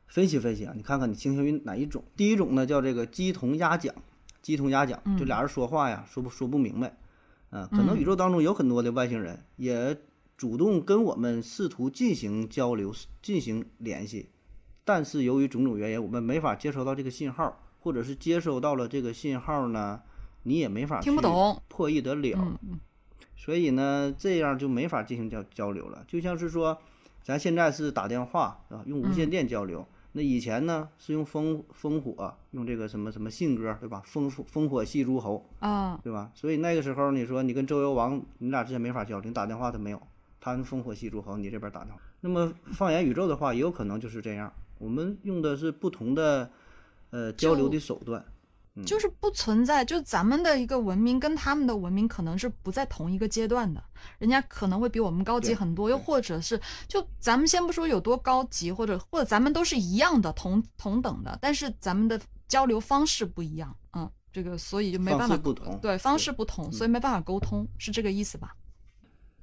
分析分析啊，你看看你倾向于哪一种。第一种呢叫这个鸡同鸭讲，鸡同鸭讲，就俩人说话呀，说不说不明白，啊，可能宇宙当中有很多的外星人也主动跟我们试图进行交流、进行联系，但是由于种种原因，我们没法接收到这个信号，或者是接收到了这个信号呢，你也没法听不懂，嗯破译得了。所以呢，这样就没法进行交交流了。就像是说，咱现在是打电话啊，用嗯无线电交流。那以前呢，是用烽烽火，用这个什么什么信鸽，对吧？烽火烽火戏诸侯，啊，对吧？所以那个时候，你说你跟周幽王，你俩之间没法交流，你打电话他没有，他们烽火戏诸侯，你这边打电话。那么放眼宇宙的话，也有可能就是这样。我们用的是不同的呃交流的手段，嗯就是不存在，就咱们的一个文明跟他们的文明可能是不在同一个阶段的，人家可能会比我们高级对很多，又对或者是就咱们先不说有多高级，或者或者咱们都是一样的同同等的，但是咱们的交流方式不一样，嗯，这个所以就没方办式法不同对方对嗯式不同，所以没办法沟通，是这个意思吧？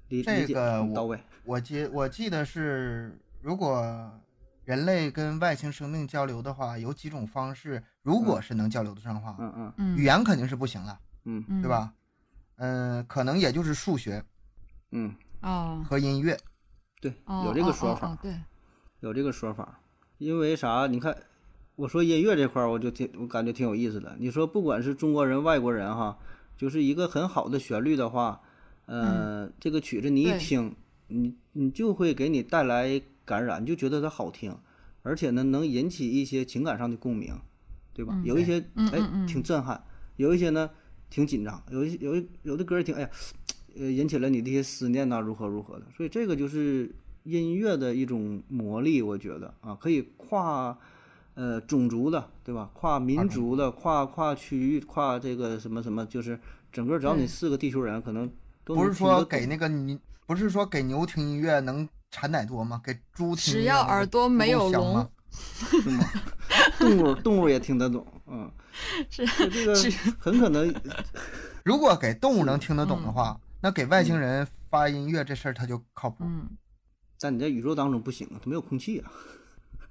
理这理解个很我到位。我记我记得是，如果人类跟外星生命交流的话，有几种方式，如果是能交流得上的话，嗯嗯嗯，语言肯定是不行了，嗯嗯对？吧？嗯，可能也就是数学嗯，啊、和音乐。对，哦，有这个哦说哦法哦。对，有这个说法，因为啥？你看，我说音乐这块儿，我就挺我感觉挺有意思的。你说不管是中国人、外国人哈，就是一个很好的旋律的话，呃，这个曲子你一嗯对听，你你就会给你带来感染，你就觉得它好听，而且呢，能引起一些情感上的共鸣，对吧？嗯有一些嗯哎嗯嗯挺震撼，有一些呢挺紧张，有一些有一有的歌儿挺哎呀，呃，引起了你的一些思念呐、如何如何的。所以这个就是音乐的一种魔力，我觉得啊，可以跨呃种族的，对吧？跨民族的，跨跨区域，跨这个什么什么，就是整个只要你对是个地球人，可能都能不是听得说懂给那个牛，不是说给牛听音乐能产奶多吗？给猪听音乐只要能耳朵没足有够响吗聋，是吗？ 动物动物也听得懂，嗯，是 就这个很可能如果给动物能听得懂的话，那给外星人发音乐这事儿它就靠谱。嗯，在你在宇宙当中不行啊，它没有空气啊，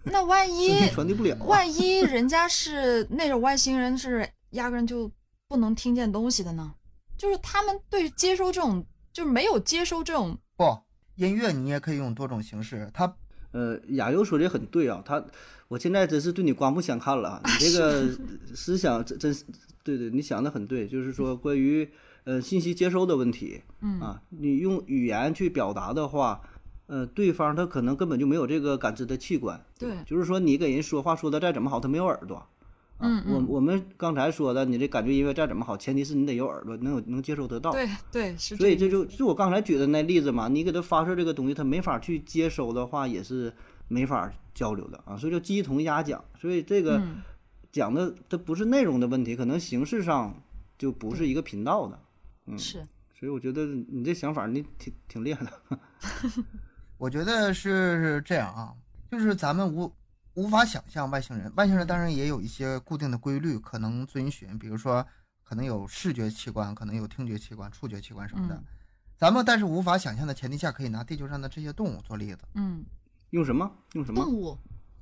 那万一声音传递不了啊。万一人家是那种外星人，是压根就不能听见东西的呢？就是他们对接收这种，就是没有接收这种，不，音乐你也可以用多种形式，它呃，亚优说的很对啊，他，我现在真是对你刮目相看了啊！你这 个思想真真是，对对，你想的很对，就是说关于呃信息接收的问题嗯啊，你用语言去表达的话，呃，对方他可能根本就没有这个感知的器官，对就是说你给人说话说的再怎么好，他没有耳朵。啊嗯，嗯我我们刚才说的，你这感觉音乐再怎么好，前提是你得有耳朵，能有能接受哦得到。对对是所这以个这意思。就就我刚才举的那例子嘛，你给他发射这个东西，他没法去接收的话，也是没法交流的啊。所以叫鸡同鸭讲，所以这个嗯，讲的它不是内容的问题，可能形式上就不是一个频道的。嗯，是所以我觉得你这想法你挺挺厉害的。 我觉得是这样啊，就是咱们无无法想象外星人，外星人当然也有一些固定的规律可能遵循，比如说可能有视觉器官，可能有听觉器官、触觉器官什么的。嗯咱们但是无法想象的前提下，可以拿地球上的这些动物做例子。嗯，用什么？用嗯什动么？物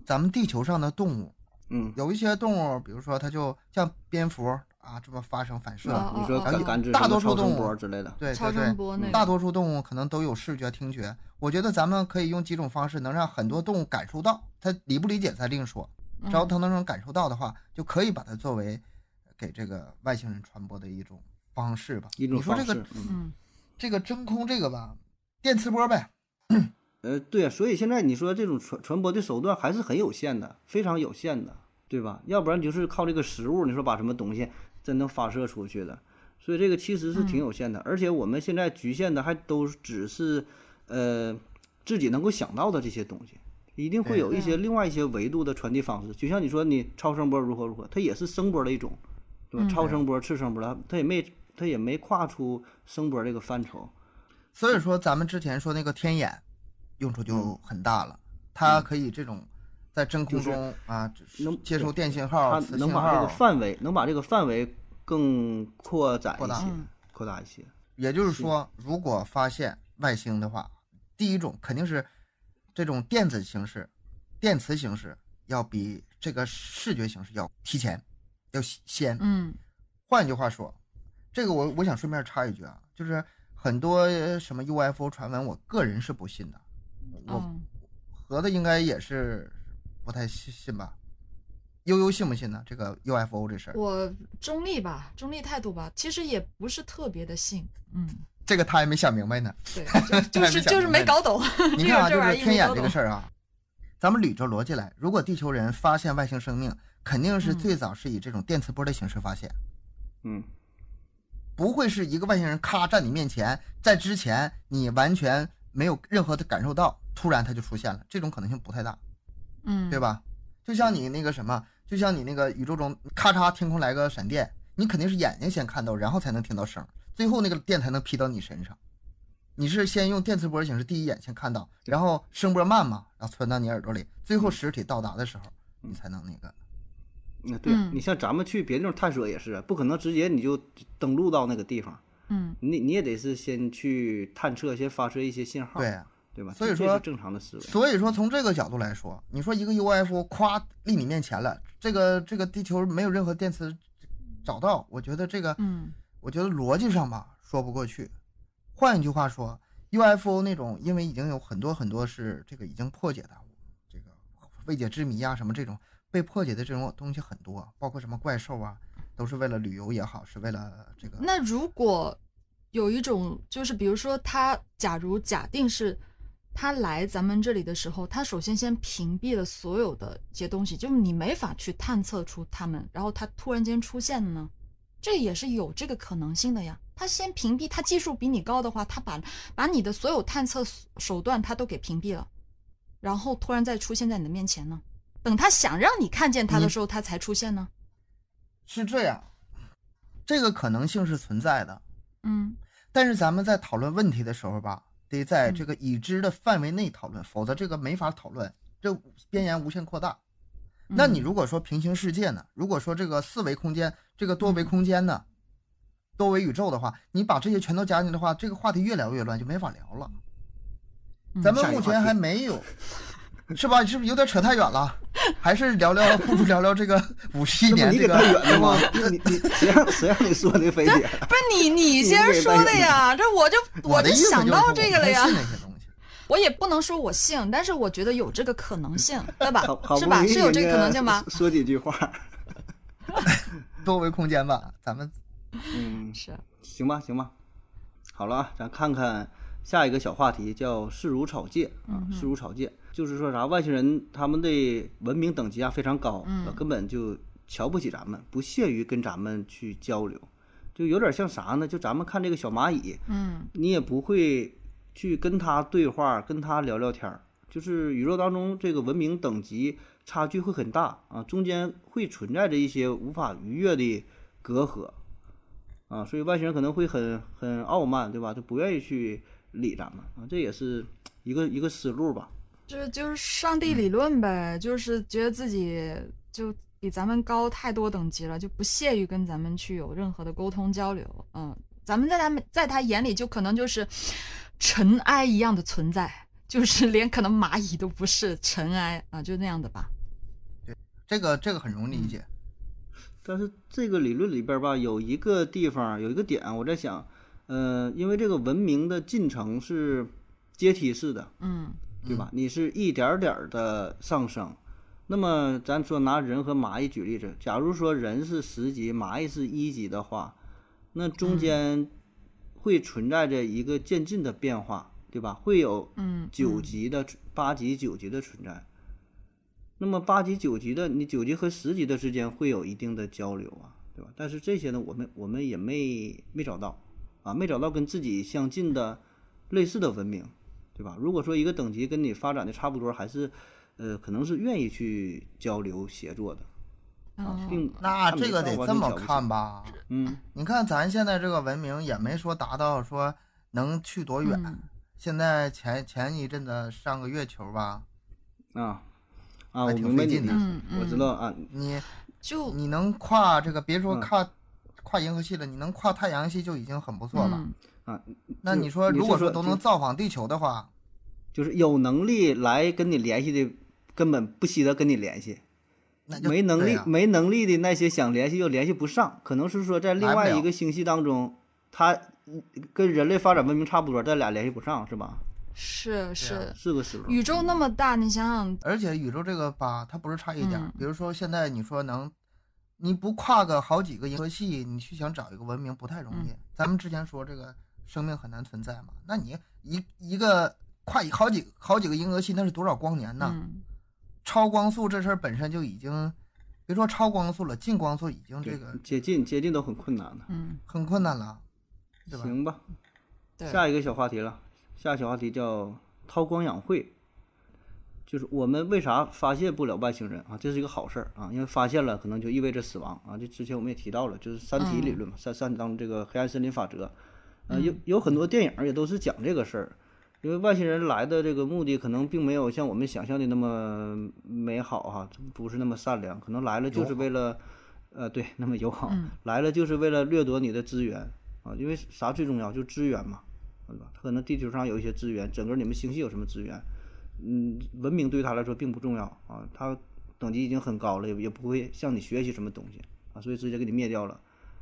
咱们地球上的动物嗯，有一些动物，比如说它就像蝙蝠啊这么发生反射，哦啊，你说哦感哦感知大什么多数超声动物波之类的。对超对对声，波嗯那个，大多数动物可能都有视觉、听觉。我觉得咱们可以用几种方式能让很多动物感受到，它理不理解咱另说。嗯只要它能感受到的话，就可以把它作为给这个外星人传播的一种方式吧。一种你说方这式，个嗯，嗯这个真空这个吧，电磁波呗，呃，对啊，所以现在你说这种传传播的手段还是很有限的，非常有限的，对吧？要不然就是靠这个食物，你说把什么东西真能发射出去的，所以这个其实是嗯挺有限的。而且我们现在局限的还都只是，呃，自己能够想到的这些东西，一定会有一些对啊另外一些维度的传递方式。就像你说你超声波如何如何，它也是声波的一种，对吧？嗯超声波、次声波，它它也没它也没跨出声波这个范畴。所以说咱们之前说那个天眼，用处就嗯很大了，它可以这种。在真空就是中啊，只是能接收电信它号、磁能信把这个号，范围能把这个范围更扩展扩一大些嗯，扩大一些。也就是是说，如果发现外星的话，第一种肯定是这种电子形式、电磁形式要比这个视觉形式要提前，要先。嗯换句话说，这个我我想顺便插一句啊，就是很多呃什么 UFO 传闻，我个人是不信的。我嗯，盒子应该也是不太信信吧？悠悠信不信呢？这个 UFO 这事儿，我中立吧，中立态度吧，其实也不是特别的信，嗯，这个他还没想明白呢。对， 就就还没是想就是明白没呢搞懂。 你这看啊，个就玩是意儿天没眼搞这个懂事儿啊，咱们捋着逻辑来，如果地球人发现外星生命，肯定嗯是最早是以这种电磁波的形式发现，嗯，不会是一个外星人咔站你面前，在之前你完全没有任何的感受到，突然它就出现了，这种可能性不太大，嗯，对？吧？就像你那个什么，就像你那个宇宙中咔嚓天空来个闪电，你肯定是眼睛先看到，然后才能听到声儿，最后那个电才能劈到你身上。你是先用电磁波形式第一眼先看到，然后声波慢嘛，然后传到你耳朵里，最嗯后实体到达的时候，你才能那个。那对啊嗯你像咱们去别地方探索也是啊，不可能直接你就登陆到那个地方，嗯你你也得是先去探测，先发射一些信号，对，对吧？所以这说是正常的思维。所以说从这个角度来说，你说一个 UFO 夸立你面前了，这个这个地球没有任何电磁找到，我觉得这个，嗯我觉得逻辑上吧说不过去。换一句话说，UFO 那种，因为已经有很多很多是这个已经破解的，这个未解之谜啊什么这种被破解的这种东西很多，包括什么怪兽啊，都是为了旅游也好，是为了这个那如果有一种，就是比如说他，假如假定是他来咱们这里的时候，他首先先屏蔽了所有的一些东西，就是你没法去探测出他们，然后他突然间出现呢，这也是有这个可能性的呀。他先屏蔽，他技术比你高的话，他把把你的所有探测手段他都给屏蔽了，然后突然再出现在你的面前呢。等他想让你看见他的你时候，他才出现呢。是这样，这个可能性是存在的。嗯但是咱们在讨论问题的时候吧，得在这嗯个已知的范围内讨论，否则这个没法讨论，这边沿无限扩大。那你如果说平行世界呢？如果说这个四维空间、这个多维空间呢、多维宇宙的话，你把这些全都加进去的话，这个话题越聊越乱，就没法聊了。嗯咱下们一个目话前题还没有，是吧？是不是有点扯太远了？还是聊聊，不如聊聊这个五十一这不年你这给个带远了吗？你你谁让谁让你说的非得？不是你你先说的呀，这我就我的就意思想是到说这我个不了太呀信。那些东西。我也不能说我信，但是我觉得有这个可能性，对吧 好好？是不吧？容易是有这个人可家能性吗？说几句话，多维空间吧，咱们嗯，是，行吧，行吧，好了啊，咱看看下一个小话题，叫世如草芥啊，世如草芥，就是说啥外星人他们的文明等级啊非常高，嗯呃根本就瞧不起咱们，不屑于跟咱们去交流，就有点像啥呢？就咱们看这个小蚂蚁，嗯你也不会去跟他对话，跟他聊聊天儿。就是宇宙当中这个文明等级差距会很大啊，中间会存在着一些无法逾越的隔阂啊，所以外星人可能会很很傲慢，对吧？就不愿意去理咱们啊，这也是一个一个思路吧。这就是上帝理论呗，就是觉得自己就比咱们高太多等级了，就不屑于跟咱们去有任何的沟通交流。嗯，咱们在他们在他眼里就可能就是尘埃一样的存在，就是连可能蚂蚁都不是尘埃啊，就那样的吧。这个这个很容易嗯理解。但是这个理论里边儿吧，有一个地方有一个点，我在想，呃，因为这个文明的进程是阶梯式的，嗯对吧？你是一点儿点儿的上升。那么咱说拿人和蚂蚁举例子，假如说人是十级，蚂蚁是一级的话，那嗯中间会存在着一个渐进的变化，对吧？会有嗯，九嗯级的、八级、九级的存在。那么八级、九级的，你九级和十级的之间会有一定的交流啊，对吧？但是这些呢，我们我们也没没找到啊，没找到跟自己相近的类似的文明，对吧？如果说一个等级跟你发展的差不多，还是呃，可能是愿意去交流协作的啊嗯，并那啊他没这个得到完这全么瞧不起看吧？嗯，你看咱现在这个文明也没说达到说能去多远。嗯现在前前一阵子上个月球吧，啊啊，还我挺明白费你劲的意的思，嗯嗯我知道啊，你就你能跨这个，别说嗯跨、跨银河系了，你能跨太阳系就已经很不错了。嗯那就你说，你如是果说都就能造访地球的话，就是有能力来跟你联系的，根本不稀得跟你联系。那就没能对力、呀没能力的那些想联系又联系不上，可能是说在另来不外一了个星系当中，他跟人类发展文明差不多，但俩联系不上是吧？是是，是个思路。宇宙那么大，你想想，而且宇宙这个吧，它不是差一点儿嗯。比如说现在你说能，你不跨个好几个银河系，你去想找一个文明不太容嗯易。咱们之前说这个生命很难存在嘛，那你一一个跨一好几好几个银河系，那是多少光年呢？嗯，超光速这事儿本身就已经，别说超光速了，近光速已经这对个接近接近都很困难的，嗯，很困难了，对吧？行吧？对，下一个小话题了，下一个小话题叫韬光养晦，就是我们为啥发现不了外星人啊？这是一个好事儿啊，因为发现了可能就意味着死亡啊。这之前我们也提到了，就是《三体》理论嘛，三三体》当中这个黑暗森林法则，呃，有有很多电影儿也都是讲这个事儿。因为外星人来的这个目的可能并没有像我们想象的那么美好哈、不是那么善良，可能来了就是为了，呃，对，那么友好，来了就是为了掠夺你的资源啊，因为啥最重要？就资源嘛，对吧？可能地球上有一些资源，整个你们星系有什么资源？嗯，文明对他来说并不重要啊，他等级已经很高了，也也不会向你学习什么东西啊，所以直接给你灭掉了，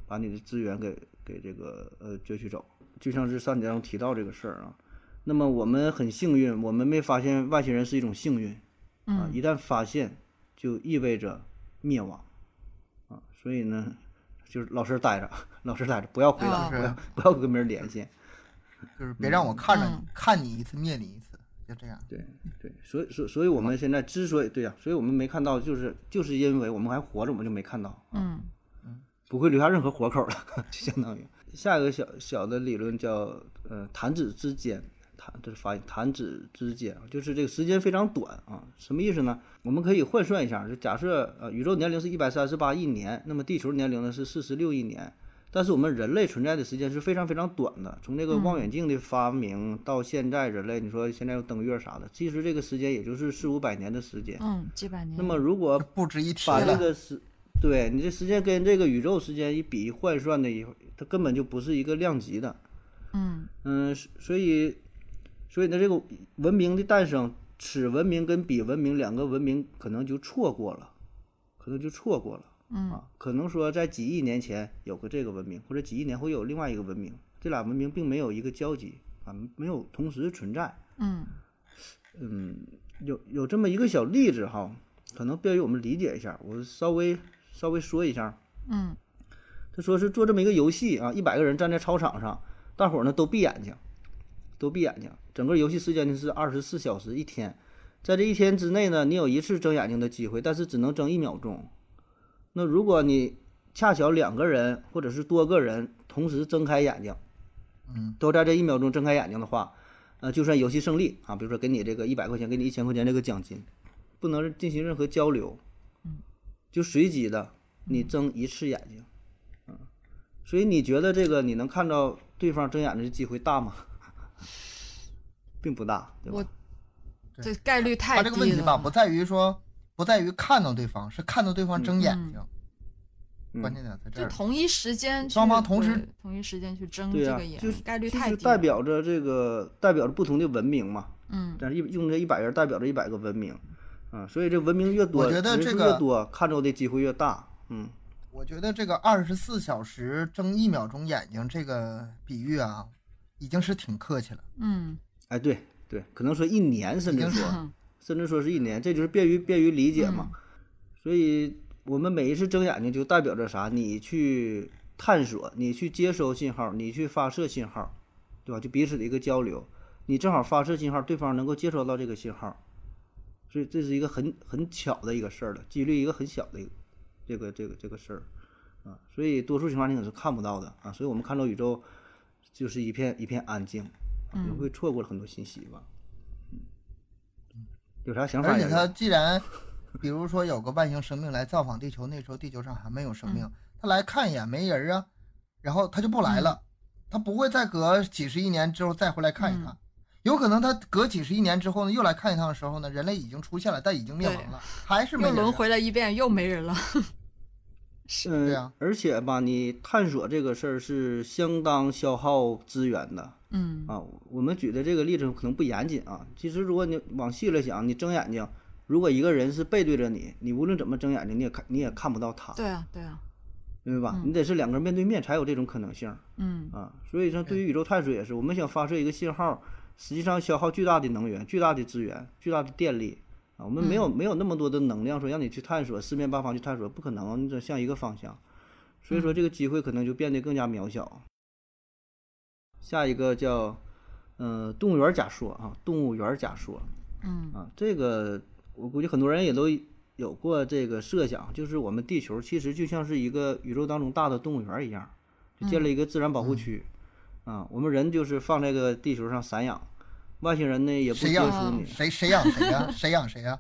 把你的资源给给这个呃攫取走。就像是上节中提到这个事儿啊，那么我们很幸运，我们没发现外星人是一种幸运嗯啊，一旦发现就意味着灭亡啊，所以呢，就是老实待着，老实待着，不要回答，啊不要不要跟别人联系。就是别让我看着你、嗯看你一次灭你一次，就这样。对对，所以所以所以我们现在之所以对呀、所以我们没看到，就是就是因为我们还活着，我们就没看到，嗯，不会留下任何活口儿了， 就相当于下一个小小的理论叫呃弹指之间，弹这是发音，弹指之间就是这个时间非常短啊，什么意思呢？我们可以换算一下，就假设呃宇宙年龄是一百三十八亿年，那么地球年龄呢是四十六亿年。但是我们人类存在的时间是非常非常短的，从这个望远镜的发明到现在，人类你说现在又登月啥的，其实这个时间也就是四五百年的时间。嗯，几百年。那么如果不值一提把这了，个时，对你这时间跟这个宇宙时间一比换算的一，它根本就不是一个量级的。嗯，嗯，所所以，所以呢，这个文明的诞生，此文明跟彼文明两个文明可能就错过了，可能就错过了。嗯啊，可能说在几亿年前有个这个文明，或者几亿年后有另外一个文明，这俩文明并没有一个交集啊，没有同时存在。嗯嗯，有有这么一个小例子哈，可能便于我们理解一下，我稍微稍微说一下。嗯他说是做这么一个游戏啊，一百个人站在操场上，大伙儿呢都闭眼睛，都闭眼睛，整个游戏时间呢是二十四小时一天，在这一天之内呢，你有一次睁眼睛的机会，但是只能睁一秒钟。那如果你恰巧两个人或者是多个人同时睁开眼睛，嗯，都在这一秒钟睁开眼睛的话，呃，就算游戏胜利啊，比如说给你这个一百块钱，给你一千块钱这个奖金，不能进行任何交流，嗯就随机的你睁一次眼睛，嗯，所以你觉得这个你能看到对方睁眼睛的机会大吗？ 并不大，对吧我？这概率太他低这了。个问题吧，不在于说，不在于看到对方，是看到对方睁眼睛。嗯关键点在这嗯就儿。同一时间去，双方同时对同一时间去争对啊这呀、个眼，就是概率就太是低了。代表着这个代表着不同的文明嘛，嗯但是一用这一百人代表着一百个文明，啊，所以这文明越多，我觉得人这数个越多，看着的机会越大，嗯。我觉得这个二十四小时睁一秒钟眼睛这个比喻啊，已经是挺客气了。嗯哎，对对，可能说一年，甚至已经说， 甚至说是一年，这就是便于便于理解嗯嘛。所以我们每一次睁眼睛就代表着啥？你去探索，你去接收信号，你去发射信号，对吧？就彼此的一个交流。你正好发射信号，对方能够接收到这个信号，所以这是一个很很巧的一个事儿了，几率一个很小的一个这个这个这个事儿啊。所以多数情况你可是看不到的啊。所以我们看到宇宙就是一片一片安静。啊也嗯会错过了很多信息吧。嗯，有啥想法而也且是？它既然，比如说有个外星生命来造访地球，那时候地球上还没有嗯生命，他来看一眼没人啊，然后他就不来了，嗯他不会再隔几十亿年之后再回来看嗯一看。有可能他隔几十亿年之后呢，又来看一趟的时候呢，人类已经出现了，但已经灭亡了，还是没又人啊轮回了一遍，又没人了。嗯，对啊而且吧，你探索这个事儿是相当消耗资源的嗯啊。我们举的这个例子可能不严谨啊，其实如果你往细了想，你睁眼睛，如果一个人是背对着你，你无论怎么睁眼睛，你也看你也看不到他，对啊，对啊，对吧？嗯你得是两个人面对面才有这种可能性嗯啊。所以说，对于宇宙探索也是，我们想发射一个信号，实际上消耗巨大的能源、巨大的资源、巨大的电力。啊，我们没有没有那么多的能量说让你去探索四面八方去探索，不可能啊，你只向一个方向。所以说这个机会可能就变得更加渺小。下一个叫，呃，动物园假说啊，动物园假说嗯啊，这个我估计很多人也都有过这个设想，就是我们地球其实就像是一个宇宙当中大的动物园一样，就嗯建了一个自然保护区，啊，我们人就是放在这个地球上散养，外星人呢也不谁接养哦触你，谁谁养谁呀？谁养谁呀？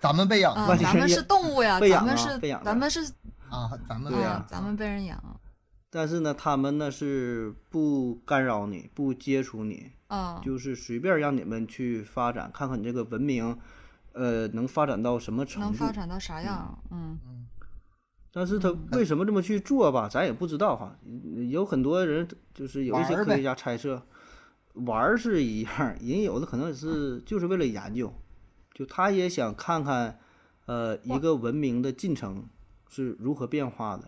咱们被养啊，外星咱人们也是动物呀，被咱养们啊是被养的咱们是啊，咱们对被呀养啊，咱们被人养但是呢，他们呢是不干扰你，不接触你，啊，就是随便让你们去发展，看看你这个文明，呃，能发展到什么能程度发。展到啥样？嗯但是他嗯为什么这么去做吧，咱也不知道哈。嗯有很多人就是有一些玩儿科呗学家猜测，玩儿是一样儿，人有的可能 是就是为了研究，就他也想看看，呃，一个文明的进程是如何变化的。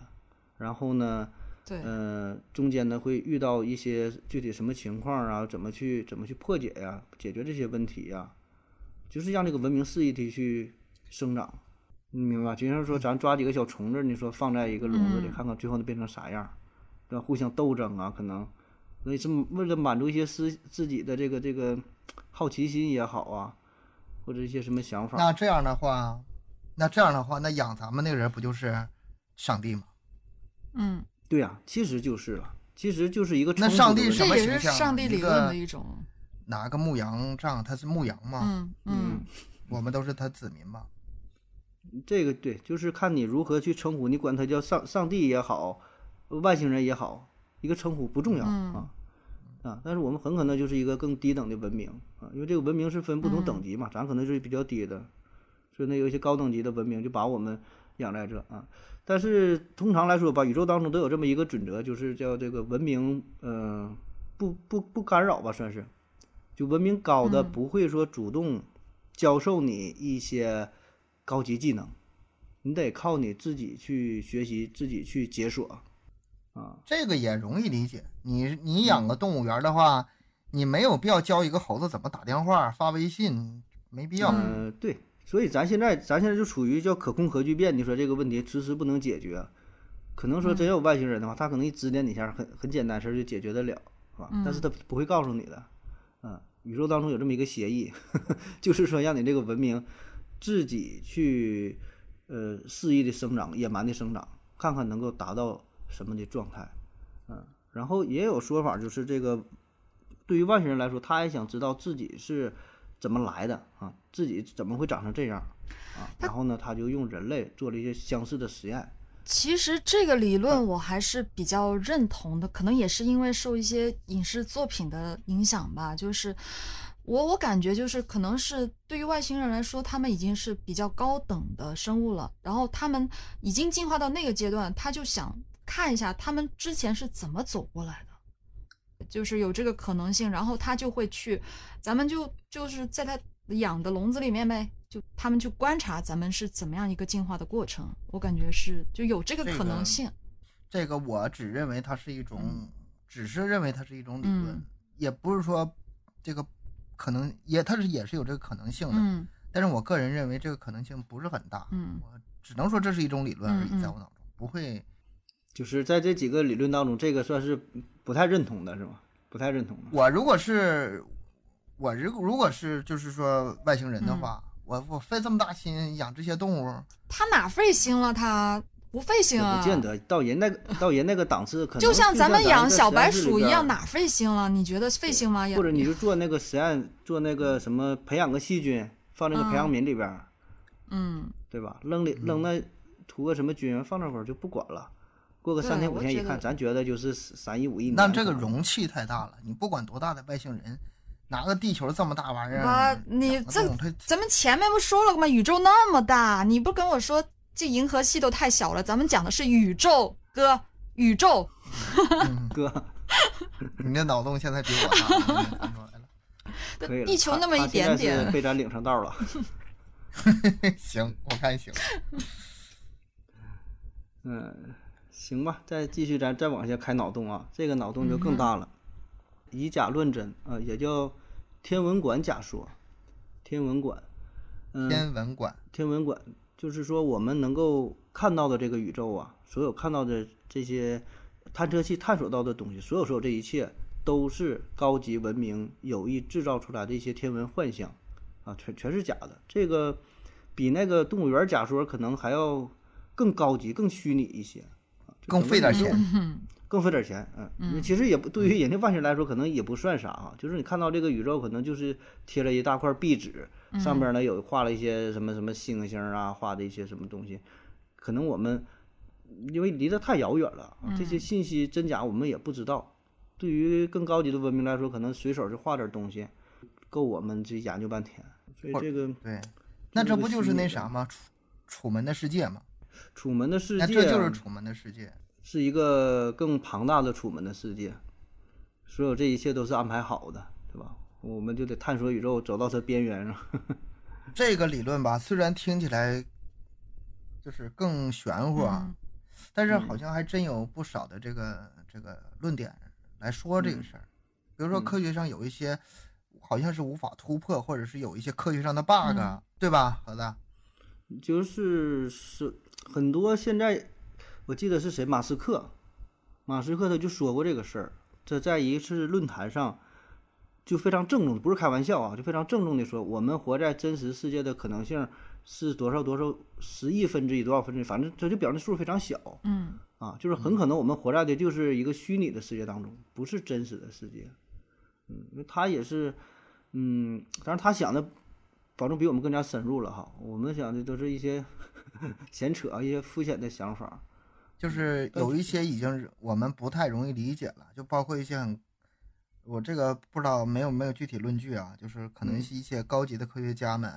然后呢，对，呃，中间呢会遇到一些具体什么情况啊，怎么去怎么去破解呀、解决这些问题呀、就是让这个文明肆意地去生长，你明白吧？就像说咱抓几个小虫子，你说放在一个笼子里，嗯看看最后能变成啥样，对吧？互相斗争啊，可能那是为了满足一些思自己的这个这个好奇心也好啊，或者一些什么想法。那这样的话，那这样的话，那养咱们那个人不就是上帝吗？嗯，对呀、其实就是了，其实就是一个那冲突的上帝问是题这什么也形是象上帝一理个论的一种。拿个牧羊杖，他是牧羊嘛，嗯嗯嗯，我们都是他子民嘛。这个对，就是看你如何去称呼，你管他叫上上帝也好，呃外星人也好，一个称呼不重要、嗯啊啊！但是我们很可能就是一个更低等的文明啊，因为这个文明是分不同等级嘛，咱可能是比较低的，所以呢有一些高等级的文明就把我们养在这啊。但是通常来说吧，宇宙当中都有这么一个准则，就是叫这个文明，呃，不不不干扰吧，算是，就文明高的嗯不会说主动教授你一些高级技能，你得靠你自己去学习，自己去解锁啊。这个也容易理解。你嗯你养个动物园的话，你没有必要教一个猴子怎么打电话、发微信，没必要。嗯、对，所以咱现在咱现在就处于叫可控核聚变，你说这个问题迟迟不能解决，可能说真有外星人的话，他可能一指点你一下，很很简单事儿就解决得了，啊，但是他不会告诉你的，啊，宇宙当中有这么一个协议， 就是说让你这个文明自己去呃肆意的生长、野蛮的生长，看看能够达到什么的状态，嗯、然后也有说法就是这个。对于外星人来说，他也想知道自己是怎么来的啊，自己怎么会长成这样啊？然后呢，他就用人类做了一些相似的实验。其实这个理论我还是比较认同的，可能也是因为受一些影视作品的影响吧。就是我我感觉就是可能是对于外星人来说，他们已经是比较高等的生物了，然后他们已经进化到那个阶段，他就想看一下他们之前是怎么走过来的，就是有这个可能性，然后他就会去，咱们就就是在他养的笼子里面呗，就他们去观察咱们是怎么样一个进化的过程。我感觉是就有这个可能性。这个我只认为它是一种，嗯只是认为它是一种理论，嗯也不是说这个可能也它是也是有这个可能性的。嗯但是我个人认为这个可能性不是很大，嗯我只能说这是一种理论而已，嗯嗯在我脑中不会。就是在这几个理论当中，这个算是不太认同的，是吗？不太认同的。我如果是我如如果是就是说外星嗯人的话，我我费这么大心养这些动物，他哪费心了他？不费心也啊，不见得到人那个到人那个档次，可能就像咱咱们养在小实白验室里鼠一边样，哪费心了？你觉得费心吗？也或者你就做那个实验，做那个什么培养个细菌，放那个培养皿里边儿，嗯，对吧？扔里扔那涂个什么菌，放那会儿就不管了。过个三对天五我天一觉得看，咱觉得就是三亿五亿年可那能。嗯这个容器太大了，你不管多大的外星人，拿个地球这么大玩意儿，啊，你养个这动物它咱们前面不说了吗？宇宙那么大，你不跟我说这银河系都太小了，咱们讲的是宇宙，哥，宇宙。嗯，哥，你的脑洞现在比我大，我看出来了。可以了。地球他那么他一现在点点是被咱领上道了。 行，我看行。嗯，行吧，再继续咱再往下开脑洞啊，这个脑洞就更大了。以假乱真啊、也叫天文馆假说。天文馆，嗯，天文馆，天文馆，就是说我们能够看到的这个宇宙啊，所有看到的这些探测器探索到的东西，所有所有这一切都是高级文明有意制造出来的一些天文幻象啊，全全是假的。这个比那个动物园假说可能还要更高级、更虚拟一些，啊就更整个费点宇宙钱。更费点钱，嗯，其实也不对于人家外星人来说，可能也不算啥啊。就是你看到这个宇宙，可能就是贴了一大块壁纸，上边呢有画了一些什么什么星星啊，画的一些什么东西。可能我们因为离得太遥远了，啊这些信息真假我们也不知道。对于更高级的文明来说，可能随手就画点东西，够我们去研究半天。所以或这个《对，那这不就是那啥吗？吗？楚楚门的世界嘛，楚门的世界那啊，哎这就是楚门的世界。是一个更庞大的楚门的世界，所有这一切都是安排好的，对吧？我们就得探索宇宙，走到它边缘上。 这个理论吧，虽然听起来就是更玄乎啊，嗯但是好像还真有不少的这个这个论点来说这个事儿。比如说科学上有一些好像是无法突破，或者是有一些科学上的 bug，啊、对吧？盒子，就是是很多现在，我记得是谁，马斯克，马斯克他就说过这个事儿，这在一次论坛上就非常郑重，不是开玩笑啊，就非常郑重的说，我们活在真实世界的可能性是多少多少十亿分之一，多少分之一，反正他就表示数非常小。嗯啊，就是很可能我们活在的就是一个虚拟的世界当中，不是真实的世界。嗯，因为他也是，嗯，当然他想的保证比我们更加深入了哈。我们想的都是一些 闲扯啊，一些肤浅的想法。就是呃但有是一些已经是我们不太容易理解了，就包括一些很，我这个不知道没有没有具体论据啊，就是可能嗯是一些高级的科学家们，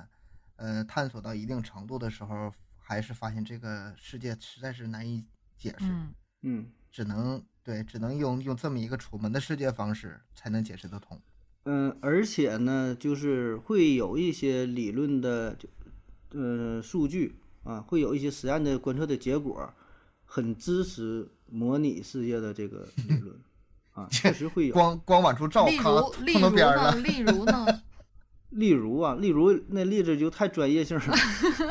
呃，探索到一定程度的时候，还是发现这个世界实在是难以解释，嗯嗯只能对，只能用用这么一个楚门的世界方式才能解释得通。嗯，而且呢，就是会有一些理论的，就呃数据啊，会有一些实验的观测的结果，很支持模拟世界的这个理论啊，确实会有。光光往出照，例咔如例碰如到边儿呢，了。例如呢， 例如啊，例如那例子就太专业性了，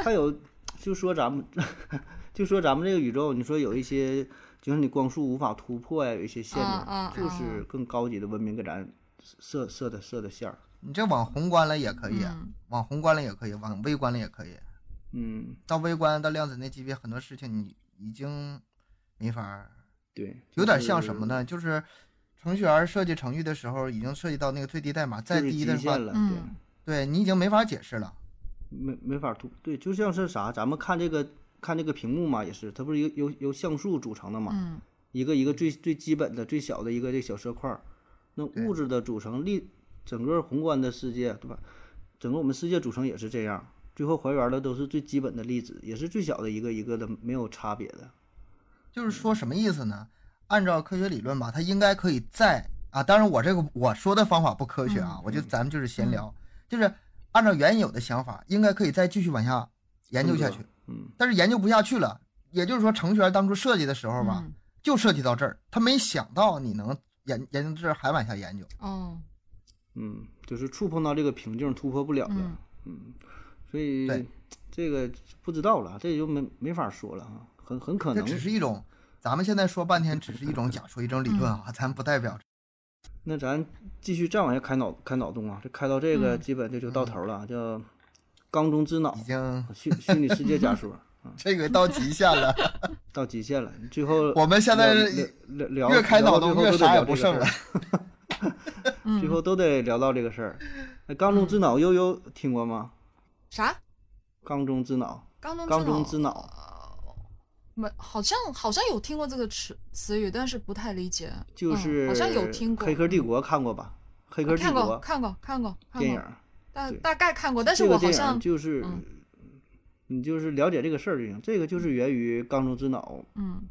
还有就说咱们 就说咱们这个宇宙，你说有一些就是你光速无法突破呀，有一些限制，啊啊啊就是更高级的文明给咱设设的设的线儿。你这往宏观了也可以啊，嗯往宏观了也可以，往微观了也可以。嗯，到微观到量子那级别，很多事情你已经没法儿，对，有点像就是什么？呢？就是程序员设计程序的时候，已经涉及到那个最低代码，再就是低的极话限，了，对。嗯对你已经没法解释了。没没法突，对，就像是啥，咱们看这个看这个屏幕嘛，也是，它不是由由由像素组成的嘛，嗯一个一个最最基本的最小的一个这小色块儿，那对物质的组成力，整个宏观的世界，对吧？整个我们世界组成也是这样，最后还原的都是最基本的粒子，也是最小的一个一个的，没有差别的。就是嗯说什么意思呢？按照科学理论吧，它应该可以在啊，当然我这个我说的方法不科学嗯啊，我就咱们就是闲聊，就是按照原有的想法，应该可以再继续往下研究下去风格。，嗯，但是研究不下去了，也就是说，程序员当初设计的时候吧，嗯就涉及到这儿，他没想到你能研研究这儿还往下研究。哦嗯，就是触碰到这个瓶颈，突破不了了。嗯嗯，所以对这个不知道了，这就没没法说了啊，很很可这能只是一种，咱们现在说半天只是一种假说，一种理论嗯啊，咱不代表。那咱继续再往下开脑开脑洞啊，这开到这个嗯基本这就到头了，啊叫缸中之脑已，经虚虚拟世界假说这个到极限了，到极限了。最后我们现在聊是聊聊越开脑洞聊到最后越都得啥聊也这不个事剩儿了。嗯最后都得聊到这个事儿。那缸中之脑悠悠听过吗？啥？缸中之脑，缸中缸中之之脑脑，没好像好像有听过这个词词语，但是不太理解。就是嗯、好像有听过。黑客帝国》看过吧？《黑客帝看过国看过看过》看过电影儿，大对大概看过，但是这我个好电影像就是嗯你就是了解这个事儿就行。这个就是源于缸中之脑。嗯，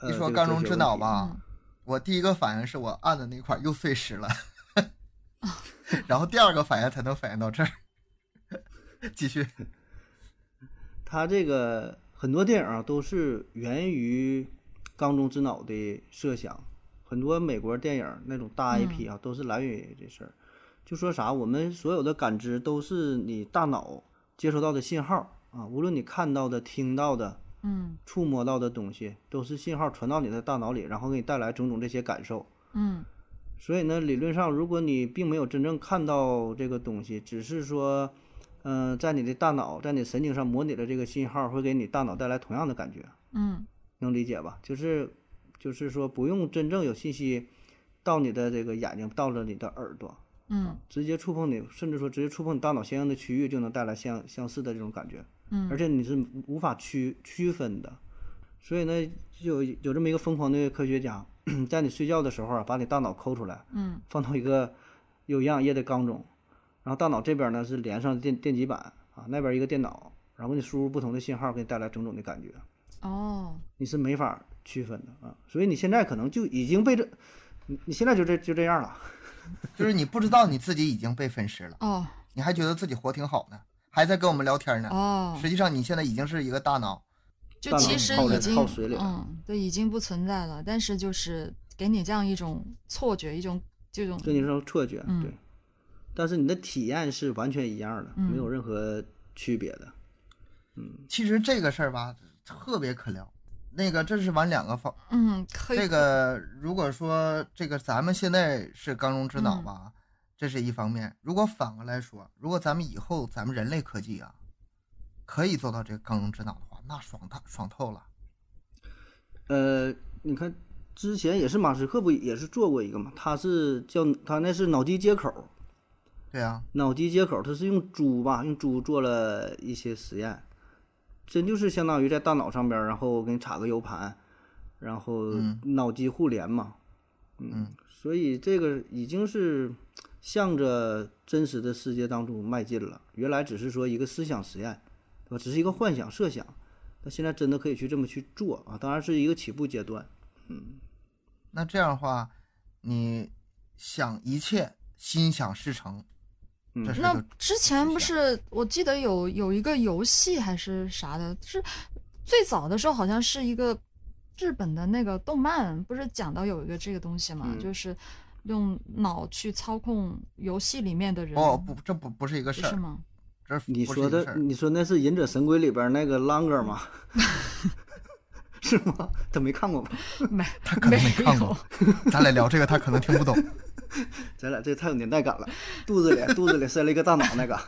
呃 一说这个缸哲中学之问脑题吧嗯，我第一个反应是我按的那块儿又碎石了，哦然后第二个反应才能反应到这儿。继续，他这个很多电影啊都是源于缸中之脑的设想，很多美国电影那种大 IP 啊、都是来源于这事儿。就说啥，我们所有的感知都是你大脑接收到的信号啊，无论你看到的、听到的、嗯触摸到的东西，都是信号传到你的大脑里，然后给你带来种种这些感受。嗯所以呢，理论上，如果你并没有真正看到这个东西，只是说，嗯、在你的大脑，在你神经上模拟的这个信号，会给你大脑带来同样的感觉，嗯能理解吧？就是，就是说，不用真正有信息到你的这个眼睛，到了你的耳朵，嗯直接触碰你，甚至说直接触碰你大脑相应的区域，就能带来相相似的这种感觉。嗯而且你是无法区区分的。所以呢，就有有这么一个疯狂的科学家， 在你睡觉的时候啊，把你大脑抠出来，嗯，放到一个有样液的缸中，然后大脑这边呢是连上电电极板啊，那边一个电脑，然后给你输入不同的信号，给你带来种种的感觉，哦，你是没法区分的啊。所以你现在可能就已经被这，你你现在就这就这样了。就是你不知道你自己已经被分尸了，哦，你还觉得自己活挺好呢，还在跟我们聊天呢。哦，实际上你现在已经是一个大脑，就大脑其实泡在已经泡水里了嗯，对，已经不存在了，但是就是给你这样一种错觉，一种这种跟你说错觉，嗯对。但是你的体验是完全一样的，嗯没有任何区别的。其实这个事儿吧特别可聊。那个这是往两个方，嗯，可以这个如果说这个咱们现在是缸中之嗯脑吧，这是一方面。如果反过来说，如果咱们以后咱们人类科技啊，可以做到这个缸中之脑的话，那爽大爽透了。呃，你看之前也是马斯克不也是做过一个嘛？他是叫他那是脑机接口，对啊，脑机接口，它是用猪吧，用猪做了一些实验，真就是相当于在大脑上边儿，然后给你插个 U 盘，然后嗯脑机互联嘛，嗯，所以这个已经是向着真实的世界当中迈进了。原来只是说一个思想实验，对吧？只是一个幻想设想，那现在真的可以去这么去做啊，当然是一个起步阶段。那这样的话，你想一切心想事成，嗯这是那个之前不是我记得有有一个游戏还是啥的，是最早的时候好像是一个日本的那个动漫，不是讲到有一个这个东西嘛，嗯就是用脑去操控游戏里面的人，哦不，这不不是一个事不是儿，吗？这不你是说一个事的，嗯儿。你说那是《忍者神龟》里边那个 Longer 吗？ 是吗？ 他没看过吧？没，他可能没看有过，咱俩聊这个他可能听不懂。咱俩这太有年代感了，肚子里肚子里塞了一个大脑那个，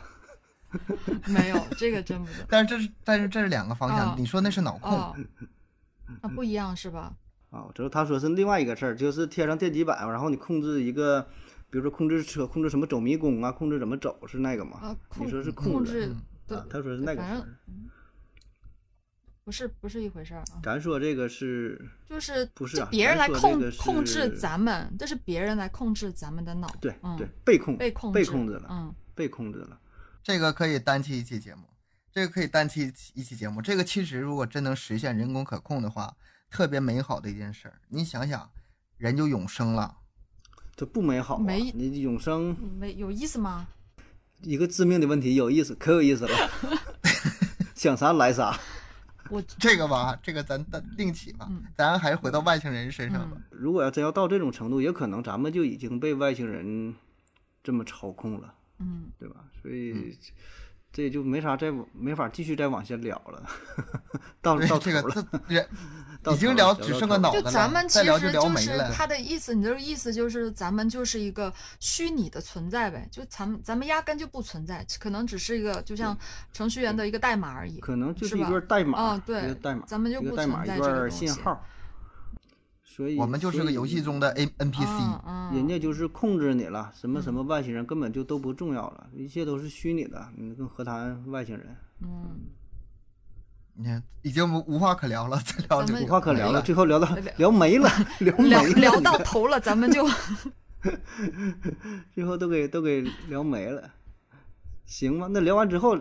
没有，这个真 不是但是这是但是这是两个方向，哦你说那是脑控，哦，那不一样是吧？啊，我知道他说是另外一个事儿，就是贴上电极板，然后你控制一个，比如说控制车，控制什么走迷宫啊，控制怎么走是那个吗？啊，控你说是控控制制对啊，他说是那个事反正儿。不是不是一回事儿啊。咱说这个是就是不是就啊别人咱来说控这个控制是咱们，这是别人来控制咱们的脑，对嗯对被控被控被控制了嗯被控制了，这个可以单期一期节目，这个可以单期一期节目。这个其实如果真能实现人工可控的话，特别美好的一件事儿。你想想，人就永生了。这不美好啊！没你永生嗯，没有意思吗？一个致命的问题，有意思，可有意思了， 想啥来啥。我这个吧，这个咱咱另起吧，嗯咱还是回到外星人身上吧。如果要真要到这种程度，也可能咱们就已经被外星人这么操控了，嗯，对吧？所嗯以这就没啥再往没法继续再往下聊了，到对到头这个了，这人 到已头经了只剩个脑到子就了，咱们其再聊实聊就没是了。他的意思，你的意思就是咱们就是一个虚拟的存在呗，就咱们咱们压根就不存在，可能只是一个就像程序员的一个代码而已嗯头。可能就是是一吧段代码，啊对一个代码，咱们就一不个代码存在一这个段东西信号，所以我们就是个游戏中的 A N P C，、嗯嗯，人家就是控制你了，什么什么外星人根本就都不重要了，一切都是虚拟的，你更何谈外星人？ 嗯你看已经无无话可聊了，再聊咱就们无话可聊没了，了。最后聊到聊聊没 了，聊没聊了，聊你到看头了，咱们就 最后都给都给聊没了，行吧？那聊完之后，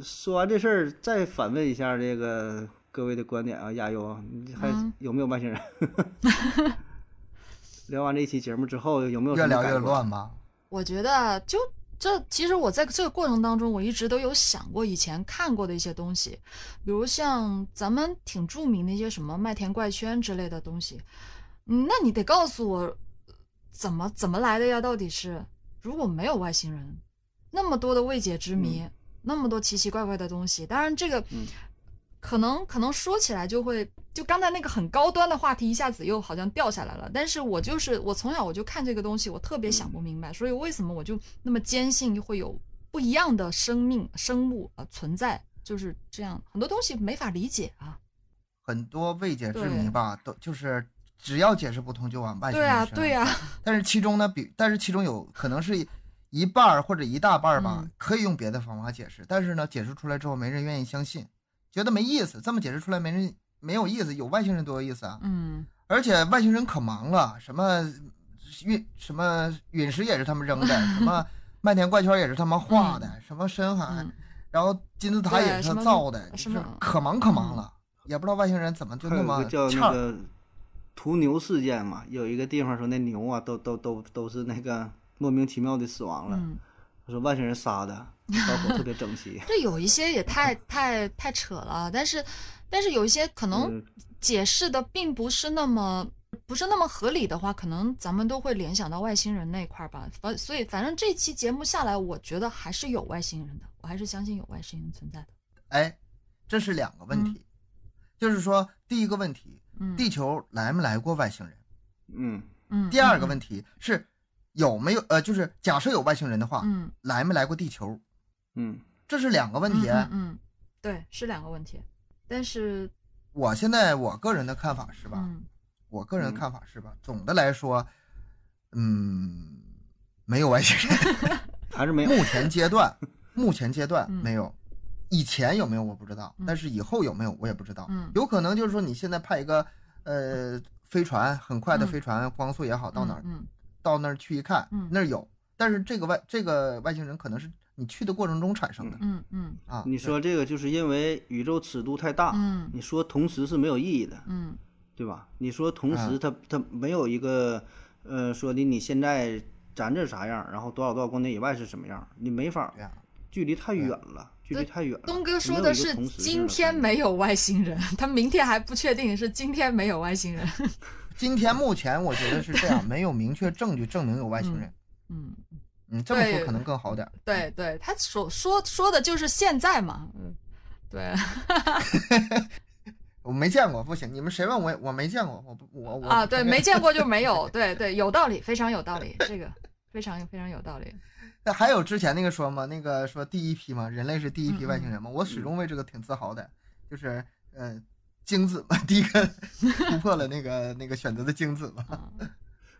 说完这事儿，再反问一下这个各位的观点啊，亚优啊，你还嗯有没有外星人？ 聊完这一期节目之后，有没有越什么聊改越观？乱吧？我觉得就这，其实我在这个过程当中，我一直都有想过以前看过的一些东西，比如像咱们挺著名的一些什么麦田怪圈之类的东西。嗯，那你得告诉我呃怎么怎么来的呀？到底是如果没有外星人，那么多的未解之谜，那么多奇奇怪怪的东西，当然这个。嗯可能可能说起来就会，就刚才那个很高端的话题一下子又好像掉下来了。但是我就是我从小我就看这个东西，我特别想不明白，所以为什么我就那么坚信会有不一样的生命生物呃存在，就是这样，很多东西没法理解啊。很多未解之谜对吧，都就是只要解释不通就往外星对人啊，身上对啊，但是其中呢，比但是其中有可能是一半儿或者一大半儿吧，嗯可以用别的方法解释，但是呢，解释出来之后没人愿意相信，觉得没意思，这么解释出来没人没有意思，有外星人多有意思啊！嗯，而且外星人可忙了，什么陨什么陨石也是他们 扔的，什么麦田怪圈也是他们画的，什么深海，嗯然后金字塔也对啊是什他么造的，什么嗯就是可忙可忙了，也不知道外星人怎么就还那有一个么叫欠那儿。个屠牛事件嘛，有一个地方说那牛啊，都都都都是那个莫名其妙的死亡了，嗯。说外星人杀的，小伙特别整齐这有一些也太太太扯了，啊但是但是有一些可 能嗯解释的并不是那么。不是那么合理的话，可能咱们都会联想到外星人那一块儿吧。反所以，反正这期节目下来，我觉得还是有外星人的，我还是相信有外星人存在的。哎，这是两个问嗯题，就是说第一个问题，嗯，地球来没来过外星人？嗯，嗯，第二个嗯问题是有没有呃，就是假设有外星人的话，嗯，来没来过地球？嗯，这是两个问题。嗯嗯嗯，对，是两个问题，但是我现在我个人的看法是吧，嗯我个人嗯看法是吧，总的来说，嗯，没有外星人。还是没有。目前阶段，目前阶段嗯没有。以前有没有我不知道，嗯但是以后有没有我也不知道。嗯有可能就是说你现在派一个呃飞船，很快的嗯飞船，光速也好，到哪儿嗯到那儿去一看嗯，那儿有，但是这个外这个外星人可能是你去的过程中产生的嗯嗯啊。你说这个就是因为宇宙尺度太大，嗯你说同时是没有意义的。嗯对吧？你说同啊时它它没有一个，呃，说的你现在咱这啥样，然后多少多少光年以外是什么样，你没法对，呀，啊距离太对远了，距离对太远了。东你哥没说有的一个是同时性今的天概念没有外星人，他明天还不确定是今天没有外星人。今天目前我觉得是这样，没有明确证据证明有外星人。嗯，嗯，这么说对可能更好点儿。对对，他所说说的就是现在嘛。嗯，对我没见过，不行，你们谁问我也我没见过，我不我我啊，对，没见过就没 有，对对，有道理，非常有道理，这个非常非常有道 理。那还有之前那个说嘛，那个说第一批嘛，人类是第一批嗯嗯外星人嘛，我始终为这个挺自豪的，就是呃，精子嘛， 第一个突破了那个那个选择的精子嘛，嗯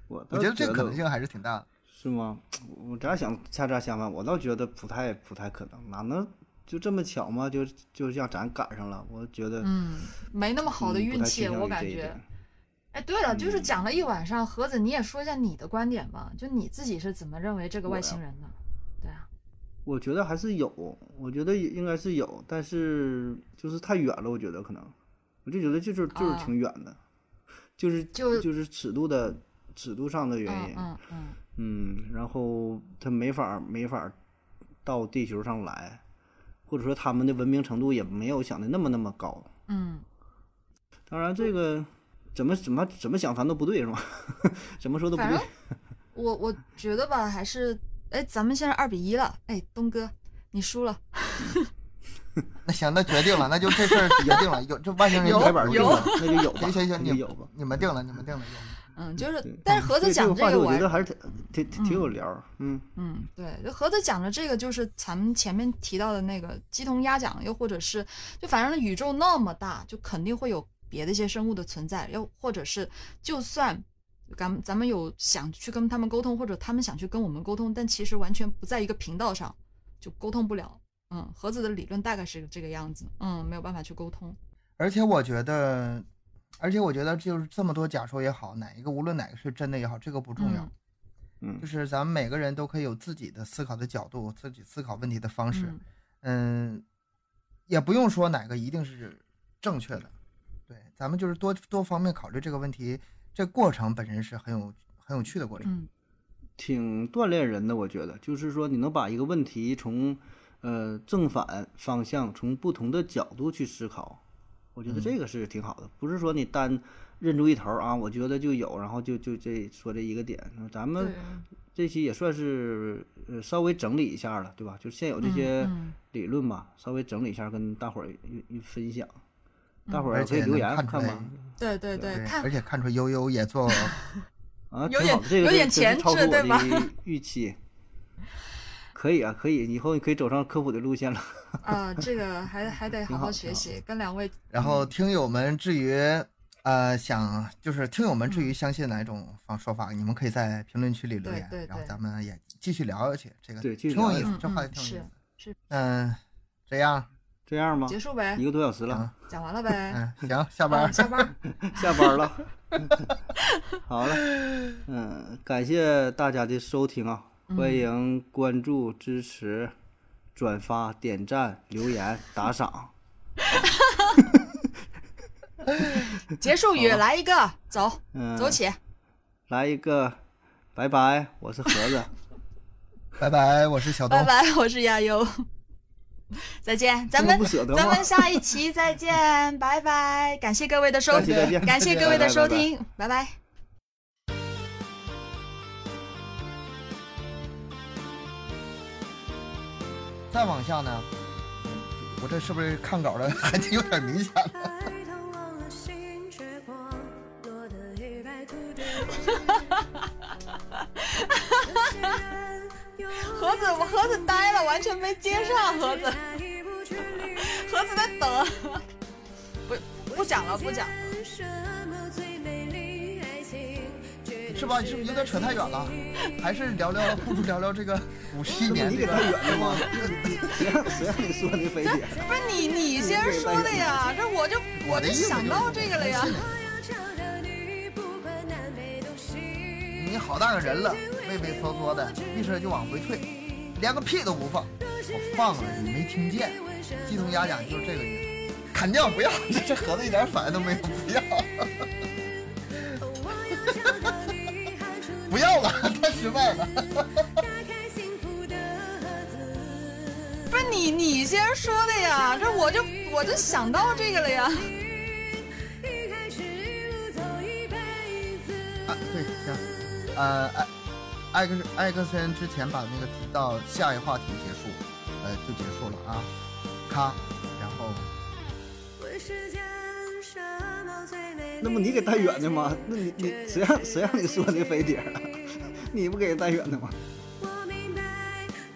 我我倒觉得这觉个可能性还是挺大的。是吗？我咱想恰恰相反，我倒觉得不太不太可能，哪能就这么巧吗？就就让咱赶上了，我觉得嗯，没那么好的嗯不运太气，倾向我于感这一觉点。哎，对了，就是嗯讲了一晚上，盒子，你也说一下你的观点吧，就你自己是怎么认为这个我外呀星人的？对啊，我觉得还是有，我觉得也应该是有，但是就是太远了，我觉得可能，我就觉得就是就是啊挺远的，就是就就是尺度的尺度上的原嗯因，嗯嗯嗯然后他没法没法到地球上来，或者说他们的文明程度也没有想的那么那么高。嗯，当然，这个怎么怎么怎么想，咱都不对是吧？ 怎么说都不反对正。我我觉得吧，还是哎，咱们现在二比一了，哎，东哥，你输了，那行，那决定了，那就这事儿决定了，有这外星人有拍板有定有了，那就有吧，行行行，那你就有吧。你们定了，你们定了，有。嗯，就是对，但是盒子对讲这个话题我我觉还得还是挺挺挺挺有聊儿，嗯嗯，对，就盒子讲的这个，就是咱们前面提到的那个鸡同鸭讲，又或者是就反正宇宙那么大，就肯定会有别的一些生物的存在，又或者是就算咱们咱们有想去跟他们沟通，或者他们想去跟我们沟通，但其实完全不在一个频道上，就沟通不了。嗯，盒子的理论大概是这个样子，嗯，没有办法去沟通。而且我觉得，而且我觉得就是这么多假说也好，哪一个无论哪个是真的也好，这个不重要，嗯嗯就，是咱们每个人都可以有自己的思考的角度，自己思考问题的方式。嗯嗯，也不用说哪个一定是正确的，对，咱们就是多多方面考虑这个问题，这过程本身是很有很有趣的过程。嗯挺锻炼人的，我觉得，就是说你能把一个问题从呃正反方向，从不同的角度去思考，我觉得嗯这个是挺好的，不是说你单认住一头儿啊，我觉得就有，然后就就这说这一个点，那咱们对这期也算是呃稍微整理一下了，对吧？就现有这些嗯理论吧，稍微整理一下，跟大伙儿一一分享，嗯大伙而儿可以且留能言看出看来吧。，对对对，看而且看出悠悠也 做啊，有挺点好的这个是有点真是前超置出我对吧的预期。可以啊，可以，以后你可以走上科普的路线了。啊，这个还还得好挺好好学挺好习，跟两位然后听友们至于呃想就是听友们至于相信哪种方说法，你们可以在评论区里留嗯对言对，然后对咱们也继续聊下去，这个对继挺续有聊意下思去，这话嗯嗯题挺有意是思。嗯，这样，这样吗结？束呗一，个多小时了，讲完了呗，嗯，行，下班啊，儿，下班儿，下班了。 好了，嗯，感谢大家的收听啊，嗯欢迎关注、支持、转发、点赞、留言、打赏。结束语来一个，走嗯，走起，来一个，拜拜，我是盒 子，拜拜，我是小东拜。拜，我是亚优， 再见，咱这么们不舍得咱吗们下一期再见， 拜拜，感谢各位的收下期听，再见，感谢各位拜的拜收拜拜听，拜拜。再往下呢，我这是不是看稿的 还有点明显了？抬头望了星月光落得一败涂地。 盒子，我盒子呆了，完全没接上盒子，盒子在等。不，不讲了，不讲了。是吧？你是不是有点扯太远了？还是聊聊，不如聊聊这个五十这一不年你这给个他圆了吗？谁让谁让你说的非得？不是你，你先说的呀，这我就我的就意思想就是到这个了呀。你好大个人了，畏畏缩缩的，遇事就往回退，连个屁都不放。我放了，你没听见？鸡同鸭讲就是这个意思。砍掉不要，这盒子一点反应都没有，不要， 不要了，太失败了。不是你，你先说的呀，这我就我就想到这个了呀。一开始一路走一辈子。啊，对，行，呃，艾艾克艾克森之前把那个提到下一话题结束，呃，就结束了啊，咔，然后问世间什么最美丽那不你给带远的吗？那你你谁让谁让你说的飞碟了？ 你不给带远的吗？我明白，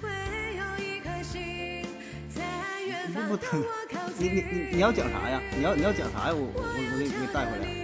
唯有一颗心在远方不等我靠你近。你你你要讲啥呀？你要你要讲啥呀？我我我我给你给带回来。